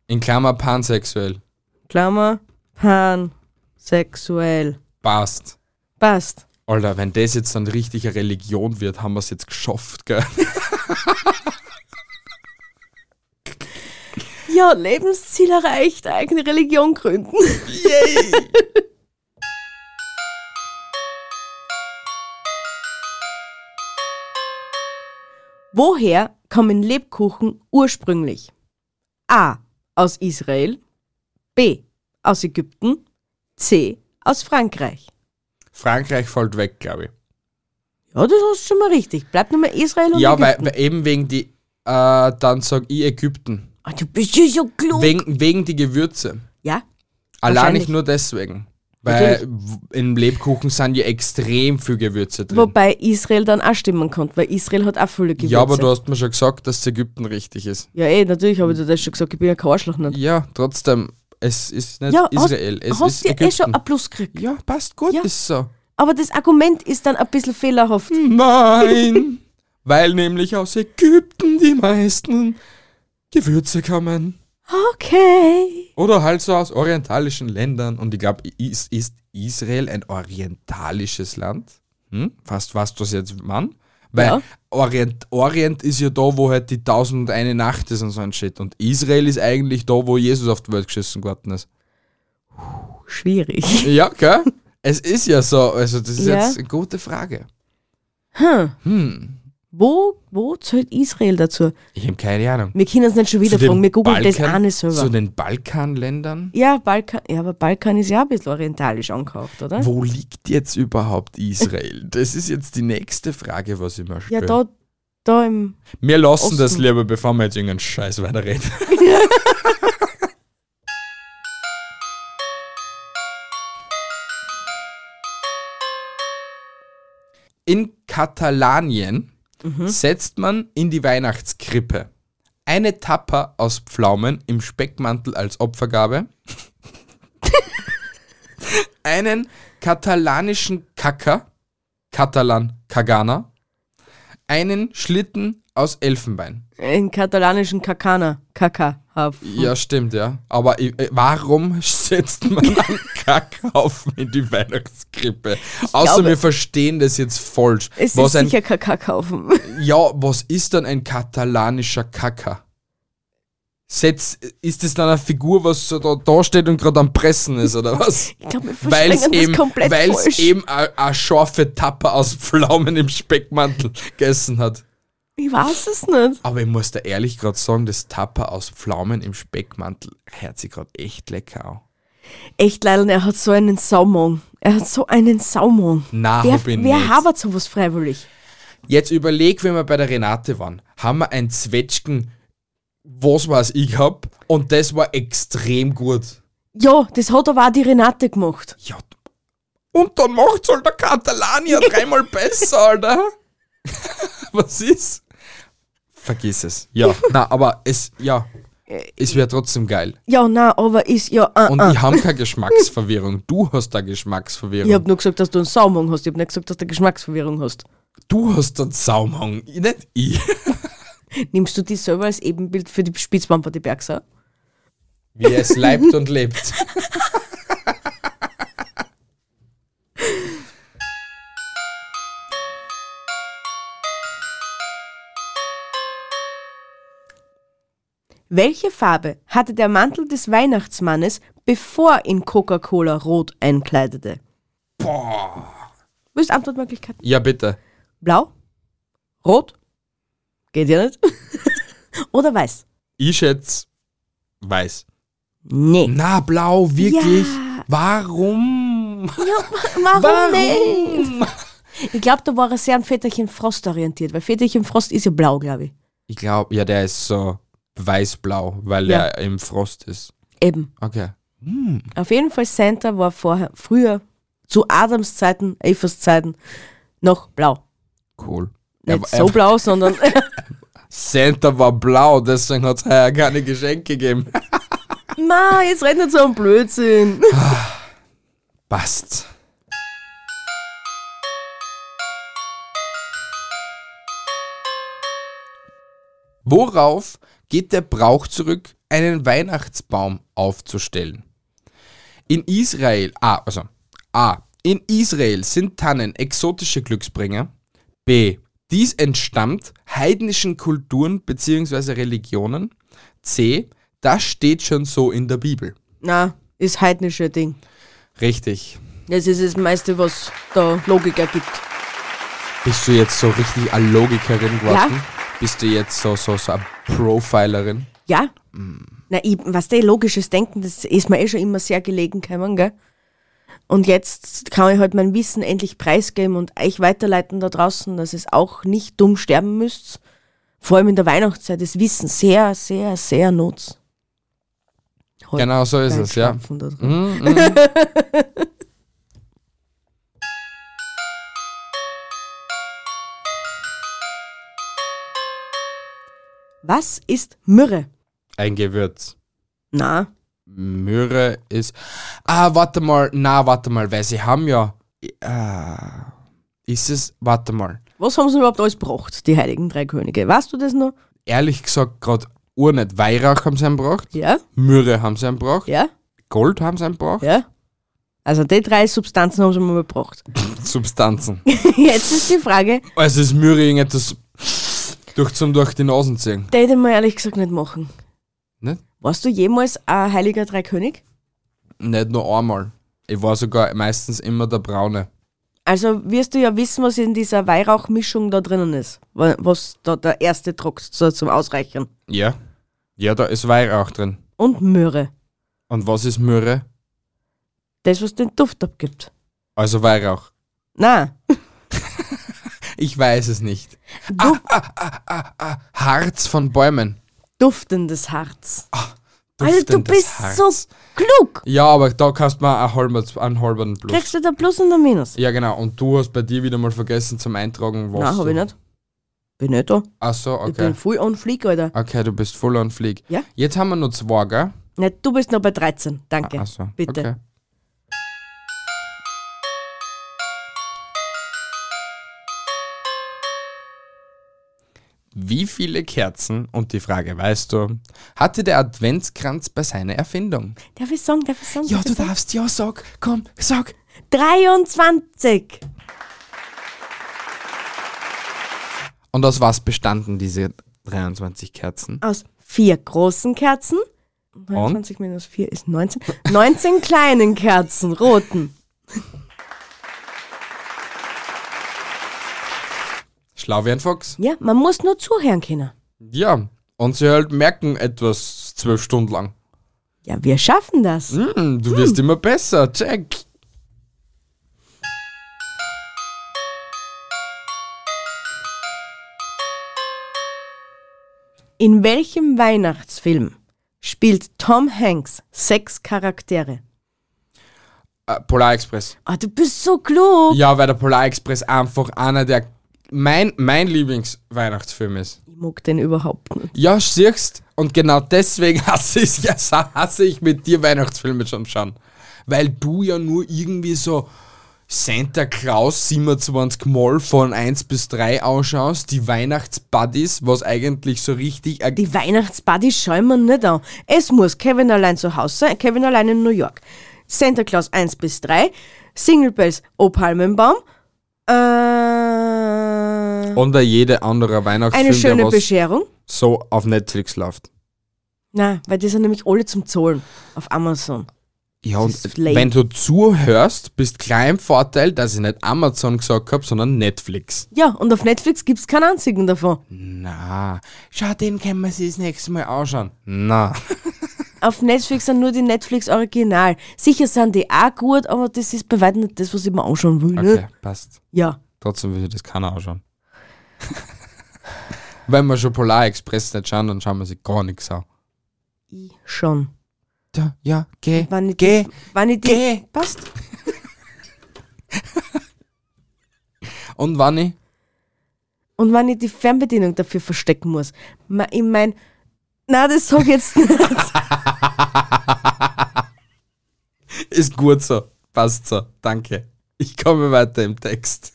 Speaker 1: In Klammer pansexuell.
Speaker 2: Klammer. Pan. sexuell.
Speaker 1: Passt.
Speaker 2: Passt.
Speaker 1: Alter, wenn das jetzt dann richtig eine Religion wird, haben wir es jetzt geschafft, gell?
Speaker 2: Ja, Lebensziel erreicht, eigene Religion gründen.
Speaker 1: Yay!
Speaker 2: Woher kommen Lebkuchen ursprünglich? A. Aus Israel. B. Aus Ägypten. C. Aus Frankreich.
Speaker 1: Frankreich fällt weg, glaube ich.
Speaker 2: Ja, das hast du schon mal richtig. Bleibt nur mal Israel und
Speaker 1: Ja, weil,
Speaker 2: Ägypten.
Speaker 1: weil eben wegen die, äh, dann sag ich Ägypten.
Speaker 2: Ah, du bist ja so klug.
Speaker 1: Wegen, wegen die Gewürze.
Speaker 2: ja,
Speaker 1: Allein
Speaker 2: Wahrscheinlich.
Speaker 1: nicht nur deswegen. Weil w- im Lebkuchen sind ja extrem viel Gewürze drin.
Speaker 2: wobei Israel dann auch stimmen konnte, weil Israel hat auch viele Gewürze.
Speaker 1: Ja, aber du hast mir schon gesagt, dass Ägypten richtig ist.
Speaker 2: Ja, eh, natürlich habe ich dir das schon gesagt, ich bin ja kein Arschloch. Nicht.
Speaker 1: Ja, trotzdem, es ist nicht
Speaker 2: Ja, hast-
Speaker 1: Israel, es
Speaker 2: hast
Speaker 1: ist
Speaker 2: dir
Speaker 1: Ägypten.
Speaker 2: eh schon ein Plus gekriegt.
Speaker 1: ja, passt gut,
Speaker 2: Ja.
Speaker 1: ist so.
Speaker 2: Aber das Argument ist dann ein bisschen fehlerhaft.
Speaker 1: Nein, weil nämlich aus Ägypten die meisten Gewürze kommen.
Speaker 2: Okay.
Speaker 1: Oder halt so aus orientalischen Ländern. Und ich glaube, ist, ist Israel ein orientalisches Land? Hm? Fast was das jetzt, Mann? Weil
Speaker 2: Ja.
Speaker 1: Orient, Orient ist ja da, wo halt die Tausend und eine Nacht ist und so ein Shit. Und Israel ist eigentlich da, wo Jesus auf die Welt geschissen geworden ist.
Speaker 2: Schwierig.
Speaker 1: Ja, gell? es ist ja so. Also, das ist
Speaker 2: Ja.
Speaker 1: jetzt eine gute Frage.
Speaker 2: Hm.
Speaker 1: Hm,
Speaker 2: Wo, wo zählt Israel dazu?
Speaker 1: ich habe keine Ahnung.
Speaker 2: Wir können es nicht schon
Speaker 1: Zu
Speaker 2: wieder
Speaker 1: den
Speaker 2: fragen, wir googeln das
Speaker 1: Balkan-
Speaker 2: auch nicht selber.
Speaker 1: Zu den Balkanländern?
Speaker 2: ja, Balkan, ja, aber Balkan ist ja auch ein bisschen orientalisch angehaucht, oder?
Speaker 1: Wo liegt jetzt überhaupt Israel? Das ist jetzt die nächste Frage, was ich mir
Speaker 2: Ja,
Speaker 1: stelle.
Speaker 2: da, da im.
Speaker 1: Wir lassen das
Speaker 2: Osten.
Speaker 1: lieber, bevor wir jetzt irgendeinen Scheiß weiterreden. In Katalanien setzt man in die Weihnachtskrippe eine Tappa aus Pflaumen im Speckmantel als Opfergabe, einen katalanischen Kacker, Katalan Kagana, einen Schlitten aus Elfenbein.
Speaker 2: In katalanischen Kakana. Kaka. Hab.
Speaker 1: Ja, stimmt, ja. Aber i- äh, warum setzt man einen Kackhaufen in die Weihnachtskrippe? Außer
Speaker 2: glaube-
Speaker 1: wir verstehen das jetzt falsch.
Speaker 2: Es
Speaker 1: was
Speaker 2: ist
Speaker 1: ein,
Speaker 2: sicher Kaka kaufen.
Speaker 1: ja, was ist dann ein katalanischer Kacker? Setz, ist das dann eine Figur, was so da, da steht und gerade am Pressen ist, oder was?
Speaker 2: Ich glaube, wir
Speaker 1: Weil es
Speaker 2: verstehen das
Speaker 1: eben,
Speaker 2: komplett
Speaker 1: weil's
Speaker 2: falsch.
Speaker 1: eben eine scharfe Tappe aus Pflaumen im Speckmantel gegessen hat.
Speaker 2: Ich weiß es nicht.
Speaker 1: Aber ich muss da ehrlich gerade sagen, das Tapper aus Pflaumen im Speckmantel hört sich gerade echt lecker an.
Speaker 2: Echt leider, er hat so einen Saumon. Er hat so einen Saumon.
Speaker 1: Na,
Speaker 2: wer
Speaker 1: hab ich
Speaker 2: wer
Speaker 1: nicht.
Speaker 2: habert sowas freiwillig?
Speaker 1: Jetzt überleg, wenn wir bei der Renate waren, haben wir ein Zwetschgen, was weiß ich hab, und das war extrem gut.
Speaker 2: Ja, das hat aber auch die Renate gemacht.
Speaker 1: Ja, und dann macht's halt der Katalanier dreimal besser, Alter. was ist? Vergiss es. Ja, na, aber es, ja, es wäre trotzdem geil.
Speaker 2: Ja, na, aber ist ja. Äh, ah,
Speaker 1: Und
Speaker 2: ah.
Speaker 1: ich habe keine Geschmacksverwirrung. Du hast da Geschmacksverwirrung.
Speaker 2: Ich habe nur gesagt, dass du einen Saumung hast. Ich habe nicht gesagt, dass du Geschmacksverwirrung hast.
Speaker 1: Du hast einen Saumhang, nicht ich.
Speaker 2: Nimmst du dich selber als Ebenbild für die Spitzbomber, die Bergsau?
Speaker 1: Wie es leibt und lebt.
Speaker 2: Welche Farbe hatte der Mantel des Weihnachtsmannes, bevor ihn Coca-Cola rot einkleidete?
Speaker 1: Boah.
Speaker 2: Willst du Antwortmöglichkeiten?
Speaker 1: Ja, bitte.
Speaker 2: Blau? Rot? Geht ja nicht. Oder weiß?
Speaker 1: Ich schätze weiß.
Speaker 2: Nee.
Speaker 1: Na, blau, wirklich?
Speaker 2: Ja.
Speaker 1: Warum?
Speaker 2: Warum, nicht?
Speaker 1: Warum?
Speaker 2: Ich glaube, da war er sehr an Väterchen Frost orientiert, weil Väterchen Frost ist ja blau, glaube ich.
Speaker 1: Ich glaube, ja, der ist so weiß-blau, weil
Speaker 2: Ja.
Speaker 1: er im Frost ist.
Speaker 2: Eben.
Speaker 1: Okay.
Speaker 2: Auf jeden Fall Santa war vorher, früher, zu Adams Zeiten, Evas Zeiten, noch blau.
Speaker 1: Cool. Er
Speaker 2: Nicht
Speaker 1: war-
Speaker 2: so
Speaker 1: er-
Speaker 2: blau, sondern
Speaker 1: Santa war blau, deswegen hat es ja keine Geschenke gegeben.
Speaker 2: Ma, jetzt red nicht so einen Blödsinn.
Speaker 1: Passt. Worauf geht der Brauch zurück, einen Weihnachtsbaum aufzustellen? In Israel, A, also A. In Israel sind Tannen exotische Glücksbringer. B. Dies entstammt heidnischen Kulturen bzw. Religionen. C. Das steht schon so in der Bibel.
Speaker 2: Na, ist heidnische Ding.
Speaker 1: Richtig.
Speaker 2: Das ist das meiste, was da Logik ergibt.
Speaker 1: Bist du jetzt so richtig eine Logikerin geworden? Bist du jetzt so, so, so eine Profilerin?
Speaker 2: Ja?
Speaker 1: Mm.
Speaker 2: Na, ich, was der logisches Denken, das ist mir eh schon immer sehr gelegen gekommen, gell? Und jetzt kann ich halt mein Wissen endlich preisgeben und euch weiterleiten da draußen, dass es auch nicht dumm sterben müsst. Vor allem in der Weihnachtszeit ist Wissen sehr, sehr, sehr nutz. Halt
Speaker 1: Genau so ist
Speaker 2: kein
Speaker 1: es, ja. Mhm,
Speaker 2: Schlampfen da drin. Was ist Myrrhe?
Speaker 1: Ein Gewürz.
Speaker 2: Na,
Speaker 1: Möhre ist. Ah, warte mal. Na, warte mal, weil sie haben ja. Ah, ist es. Warte mal.
Speaker 2: was haben sie überhaupt alles gebracht, die heiligen drei Könige? Weißt du das noch?
Speaker 1: Ehrlich gesagt, gerade urnet Weihrauch haben sie einen gebracht.
Speaker 2: Ja,
Speaker 1: Möhre haben sie einen gebracht.
Speaker 2: ja,
Speaker 1: Gold haben sie einen gebracht.
Speaker 2: ja. Also die drei Substanzen haben sie mal gebracht.
Speaker 1: Substanzen.
Speaker 2: Jetzt ist die Frage,
Speaker 1: Also ist Möhre irgendetwas durch zum durch die Nasen ziehen.
Speaker 2: die hätte ich mir ehrlich gesagt nicht machen.
Speaker 1: Nicht?
Speaker 2: Warst du jemals ein heiliger Dreikönig?
Speaker 1: Nicht nur einmal. Ich war sogar meistens immer der Braune.
Speaker 2: Also wirst du ja wissen, was in dieser Weihrauchmischung da drinnen ist. wa- Was da der erste Druck so zum Ausreichern.
Speaker 1: Ja. Ja, da ist Weihrauch drin.
Speaker 2: Und Möhre.
Speaker 1: Und was ist Möhre?
Speaker 2: Das, was den Duft abgibt.
Speaker 1: Also Weihrauch.
Speaker 2: Na,
Speaker 1: Ich weiß es nicht. Ah,
Speaker 2: du,
Speaker 1: Harz von Bäumen.
Speaker 2: duftendes Harz. Alter, du
Speaker 1: Duftendes
Speaker 2: bist
Speaker 1: Harz.
Speaker 2: so klug.
Speaker 1: Ja, aber da kannst du mal einen halben, einen halben Plus.
Speaker 2: Kriegst du da Plus und ein Minus?
Speaker 1: Ja, genau. Und du hast bei dir wieder mal vergessen zum Eintragen, was.
Speaker 2: Nein,
Speaker 1: du-
Speaker 2: hab ich nicht. Bin nicht da.
Speaker 1: Ach so,
Speaker 2: Ich bin
Speaker 1: okay.
Speaker 2: voll on fleek, Alter.
Speaker 1: Okay, du bist voll on Flieg.
Speaker 2: Ja.
Speaker 1: Jetzt haben wir nur zwei, gell?
Speaker 2: Nein, du bist noch bei 13. Danke.
Speaker 1: Ah, Ach so,
Speaker 2: Bitte.
Speaker 1: Okay. Wie viele Kerzen, und die Frage weißt du, hatte der Adventskranz bei seiner Erfindung?
Speaker 2: Darf ich sagen, darf ich sagen?
Speaker 1: Ja,
Speaker 2: darf
Speaker 1: du
Speaker 2: ich sagen?
Speaker 1: darfst, ja, sag, komm, sag.
Speaker 2: 23.
Speaker 1: Und aus was bestanden diese 23 Kerzen?
Speaker 2: Aus vier großen Kerzen. 23 minus 4 ist 19. 19 kleinen Kerzen, roten.
Speaker 1: Schlau wie ein Fuchs.
Speaker 2: Ja, man muss nur zuhören können.
Speaker 1: Ja, und sie halt merken etwas zwölf Stunden lang.
Speaker 2: Ja, wir schaffen das.
Speaker 1: Hm, du wirst immer besser, check.
Speaker 2: In welchem Weihnachtsfilm spielt Tom Hanks sechs Charaktere?
Speaker 1: Äh, Polar Express.
Speaker 2: Ah, du bist so klug.
Speaker 1: Ja, weil der Polar Express einfach einer der mein, mein Lieblingsweihnachtsfilm ist.
Speaker 2: Ich mag den überhaupt nicht.
Speaker 1: Ja, siehst und genau deswegen hasse ich, ja, hasse ich mit dir Weihnachtsfilme schon schauen. Weil du ja nur irgendwie so Santa Claus 27 Mal von 1 bis 3 ausschaust, die Weihnachtsbuddies, was eigentlich so richtig ein
Speaker 2: Die Weihnachtsparty schauen wir nicht an. Es muss Kevin allein zu Hause sein, Kevin allein in New York. Santa Claus 1 bis 3, Single Bells, O Palmenbaum, äh, eine
Speaker 1: und jede andere Weihnachtsfilm,
Speaker 2: schöne
Speaker 1: der was
Speaker 2: Bescherung.
Speaker 1: so auf Netflix läuft.
Speaker 2: Na, weil die sind nämlich alle zum Zahlen auf Amazon.
Speaker 1: Ja,
Speaker 2: Das
Speaker 1: und
Speaker 2: ist lame.
Speaker 1: wenn du zuhörst, bist klar im Vorteil, dass ich nicht Amazon gesagt habe, sondern Netflix.
Speaker 2: Ja, und auf Netflix gibt's keinen einzigen davon.
Speaker 1: Na, schau, den können wir sich das nächste Mal anschauen. Na,
Speaker 2: Auf Netflix sind nur die Netflix Original. Sicher sind die auch gut, aber das ist bei weitem nicht das, was ich mir anschauen will.
Speaker 1: okay,
Speaker 2: Ne?
Speaker 1: passt.
Speaker 2: Ja.
Speaker 1: Trotzdem will ich das keiner anschauen. wenn wir schon Polar Express nicht schauen, dann schauen wir sich gar nichts an.
Speaker 2: Ich schon.
Speaker 1: Ja, ja, geh,
Speaker 2: Wann ich
Speaker 1: geh,
Speaker 2: die, wann ich die,
Speaker 1: geh.
Speaker 2: Passt.
Speaker 1: Und Wanni?
Speaker 2: Und wenn ich die Fernbedienung dafür verstecken muss. Ma- Ich mein, na, das sag ich jetzt nicht.
Speaker 1: Ist gut so, passt so, danke. Ich komme weiter im Text.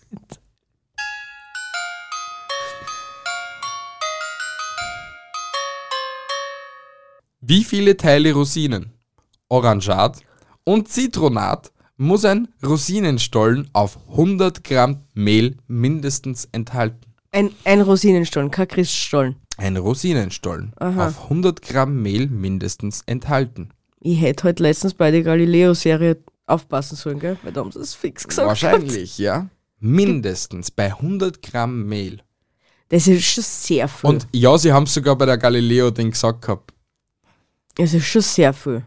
Speaker 1: Wie viele Teile Rosinen, Orangat und Zitronat muss ein Rosinenstollen auf 100 Gramm Mehl mindestens enthalten.
Speaker 2: Ein, ein Rosinenstollen, kein Christstollen.
Speaker 1: Ein Rosinenstollen auf 100 Gramm Mehl mindestens enthalten.
Speaker 2: Ich hätte heute letztens bei der Galileo-Serie aufpassen sollen, gell? Weil da haben sie es fix gesagt.
Speaker 1: Wahrscheinlich, ja. Mindestens bei 100 Gramm Mehl.
Speaker 2: Das ist schon sehr viel.
Speaker 1: Und ja, sie haben sogar bei der Galileo-Ding gesagt gehabt.
Speaker 2: Es ist schon sehr viel.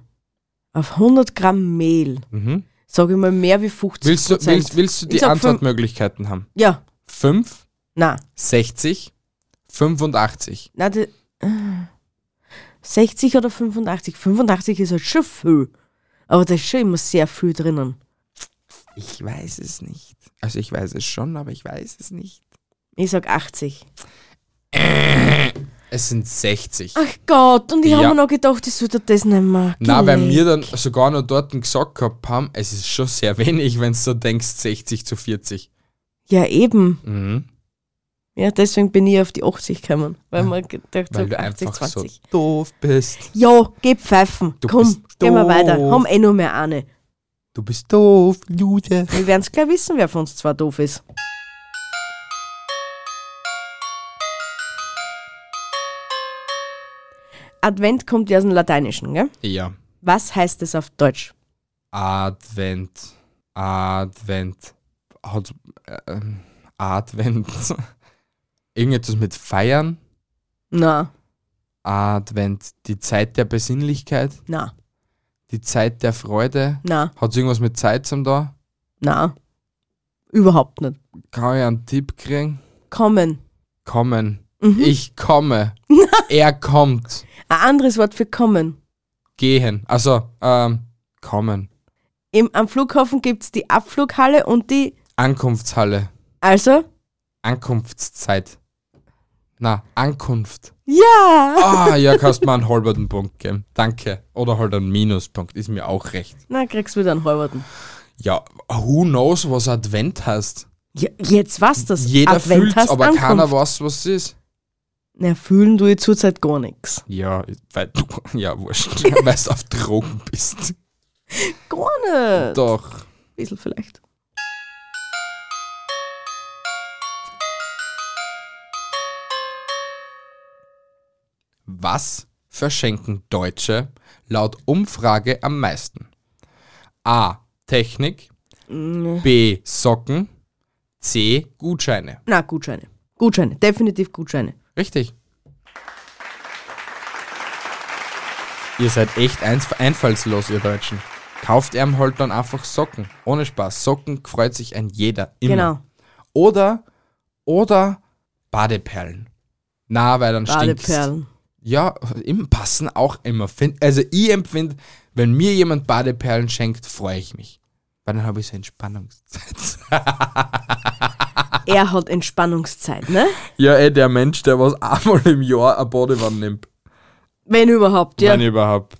Speaker 2: Auf 100 Gramm Mehl
Speaker 1: Mhm.
Speaker 2: sage ich mal mehr wie 50
Speaker 1: Willst, du,
Speaker 2: Prozent.
Speaker 1: willst, willst du
Speaker 2: Ich
Speaker 1: die
Speaker 2: sag fünf-
Speaker 1: Antwortmöglichkeiten haben?
Speaker 2: Ja,
Speaker 1: 5,
Speaker 2: na,
Speaker 1: 60, 85.
Speaker 2: na, die, äh, 60 oder 85. 85 ist halt schon viel. Aber da ist schon immer sehr viel drinnen.
Speaker 1: Ich weiß es nicht. Also ich weiß es schon, aber ich weiß es nicht.
Speaker 2: Ich sag 80.
Speaker 1: Es sind 60.
Speaker 2: Ach Gott, und ich habe
Speaker 1: Ja.
Speaker 2: mir noch gedacht, ich sollte das nicht machen.
Speaker 1: Na, weil mir dann sogar noch dort gesagt gehabt haben, es ist schon sehr wenig, wenn du so denkst, 60 zu 40.
Speaker 2: Ja, eben.
Speaker 1: Mhm.
Speaker 2: Ja, deswegen bin ich auf die 80 gekommen. Weil man gedacht
Speaker 1: Weil
Speaker 2: hat,
Speaker 1: du
Speaker 2: 80,
Speaker 1: einfach
Speaker 2: 20.
Speaker 1: so doof bist.
Speaker 2: Ja, geh pfeifen.
Speaker 1: Du bist
Speaker 2: Komm, gehen wir
Speaker 1: doof.
Speaker 2: weiter. Haben eh noch mehr eine.
Speaker 1: Du bist doof, Jude.
Speaker 2: Wir werden es gleich wissen, wer von uns zwei doof ist. Advent kommt ja aus dem Lateinischen, gell?
Speaker 1: Ja.
Speaker 2: Was heißt es auf Deutsch?
Speaker 1: Advent. Advent. Hat, ähm, Advent. Irgendetwas mit Feiern.
Speaker 2: Na,
Speaker 1: Advent. Die Zeit der Besinnlichkeit.
Speaker 2: na,
Speaker 1: Die Zeit der Freude.
Speaker 2: na,
Speaker 1: Hat irgendwas mit Zeit zum da?
Speaker 2: na. Überhaupt nicht.
Speaker 1: Kann ich einen Tipp kriegen?
Speaker 2: Kommen.
Speaker 1: Kommen.
Speaker 2: Mhm.
Speaker 1: Ich komme. er kommt.
Speaker 2: Ein anderes Wort für kommen.
Speaker 1: Gehen. Also, ähm, kommen.
Speaker 2: Im, am Flughafen gibt es die Abflughalle und die.
Speaker 1: Ankunftshalle.
Speaker 2: Also?
Speaker 1: Ankunftszeit. Na, Ankunft.
Speaker 2: Ja!
Speaker 1: Ah, ja, kannst mir einen halberten Punkt geben. Danke. Oder halt einen Minuspunkt. Ist mir auch recht.
Speaker 2: Na, kriegst du wieder einen Halberten.
Speaker 1: Ja, who knows, was Advent heißt?
Speaker 2: Ja, jetzt was das.
Speaker 1: Jeder
Speaker 2: Advent
Speaker 1: fühlt's,
Speaker 2: hast
Speaker 1: aber keiner
Speaker 2: Ankunft.
Speaker 1: weiß, was es ist.
Speaker 2: Na, fühlen du zurzeit gar nichts.
Speaker 1: Ja, weil du, ja, wurscht, weil du auf Drogen bist.
Speaker 2: Gar nicht.
Speaker 1: Doch.
Speaker 2: bisschen vielleicht.
Speaker 1: Was verschenken Deutsche laut Umfrage am meisten? A. Technik.
Speaker 2: Mm.
Speaker 1: B. Socken. C. Gutscheine.
Speaker 2: Na, Gutscheine. Gutscheine, definitiv Gutscheine.
Speaker 1: Richtig. Ihr seid echt einf- einfallslos, ihr Deutschen. Kauft ihm halt dann einfach Socken. Ohne Spaß. Socken freut sich ein jeder. Immer.
Speaker 2: Genau.
Speaker 1: Oder, oder Badeperlen. Na, weil dann stinkst.
Speaker 2: Badeperlen.
Speaker 1: Ja, im passen auch immer. Find- Also ich empfinde, wenn mir jemand Badeperlen schenkt, freue ich mich. Weil dann habe ich so Entspannungszeit.
Speaker 2: Er hat Entspannungszeit, ne?
Speaker 1: Ja, ey, der Mensch, der was einmal im Jahr eine Badewanne nimmt.
Speaker 2: Wenn überhaupt, ja.
Speaker 1: Wenn überhaupt.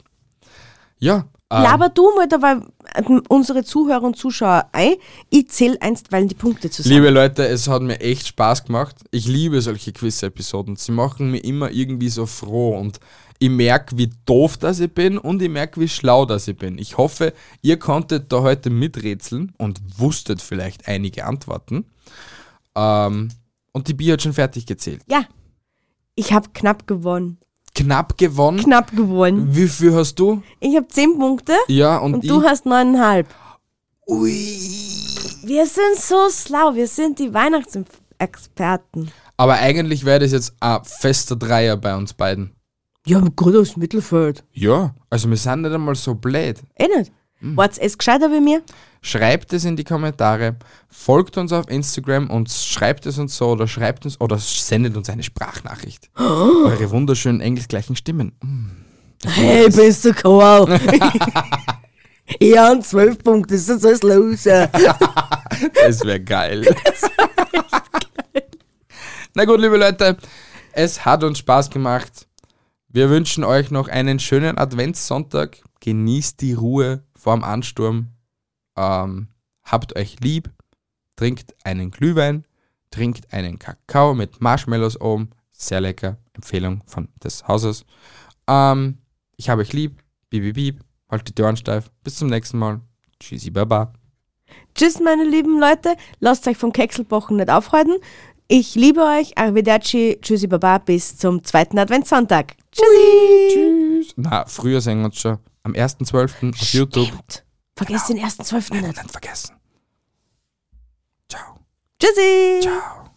Speaker 1: Ja. ähm,
Speaker 2: Laber du mal dabei ähm, unsere Zuhörer und Zuschauer ein. Ich zähle einstweilen die Punkte zusammen.
Speaker 1: Liebe Leute, es hat mir echt Spaß gemacht. Ich liebe solche Quiz-Episoden. Sie machen mich immer irgendwie so froh und ich merke, wie doof das ich bin und ich merke, wie schlau das ich bin. Ich hoffe, ihr konntet da heute miträtseln und wusstet vielleicht einige Antworten. Ähm, und die Bier hat schon fertig gezählt.
Speaker 2: ja. Ich habe knapp gewonnen.
Speaker 1: Knapp gewonnen.
Speaker 2: Knapp gewonnen.
Speaker 1: Wie viel hast du?
Speaker 2: Ich habe 10 Punkte
Speaker 1: Ja, und,
Speaker 2: und
Speaker 1: ich.
Speaker 2: du hast 9,5.
Speaker 1: Ui.
Speaker 2: Wir sind so schlau. Wir sind die Weihnachtsexperten.
Speaker 1: Aber eigentlich wäre das jetzt ein fester Dreier bei uns beiden.
Speaker 2: Ja, gut aus Mittelfeld.
Speaker 1: Ja, also wir sind nicht einmal so blöd.
Speaker 2: Eh nicht. Wart's es gescheiter wie mir?
Speaker 1: Schreibt es in die Kommentare, folgt uns auf Instagram und schreibt es uns so oder schreibt uns oder sendet uns eine Sprachnachricht. Eure wunderschönen englischgleichen Stimmen.
Speaker 2: Hey, bist du Koal? ich habe zwölf Punkte, das ist alles loser.
Speaker 1: Das wäre geil. Na gut, liebe Leute, es hat uns Spaß gemacht. Wir wünschen euch noch einen schönen Adventssonntag. Genießt die Ruhe vorm Ansturm. Ähm, habt euch lieb. Trinkt einen Glühwein. Trinkt einen Kakao mit Marshmallows oben. Sehr lecker. Empfehlung von des Hauses. Ähm, ich habe euch lieb. Bip, bip, bip. Haltet die Ohren steif. Bis zum nächsten Mal. Tschüssi, Baba.
Speaker 2: Tschüss, meine lieben Leute. Lasst euch vom Kekselbochen nicht aufhalten. Ich liebe euch. Arrivederci. Tschüssi, Baba. Bis zum zweiten Adventssonntag. Tschüssi.
Speaker 1: Tschüss. Na, früher sehen wir uns schon. Am 1.12. auf YouTube.
Speaker 2: Stimmt. Vergesst den ersten Zwölften nicht.
Speaker 1: Nicht vergessen. Ciao.
Speaker 2: Tschüssi.
Speaker 1: Ciao.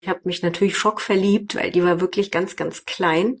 Speaker 3: Ich habe mich natürlich schockverliebt, weil die war wirklich ganz, ganz klein.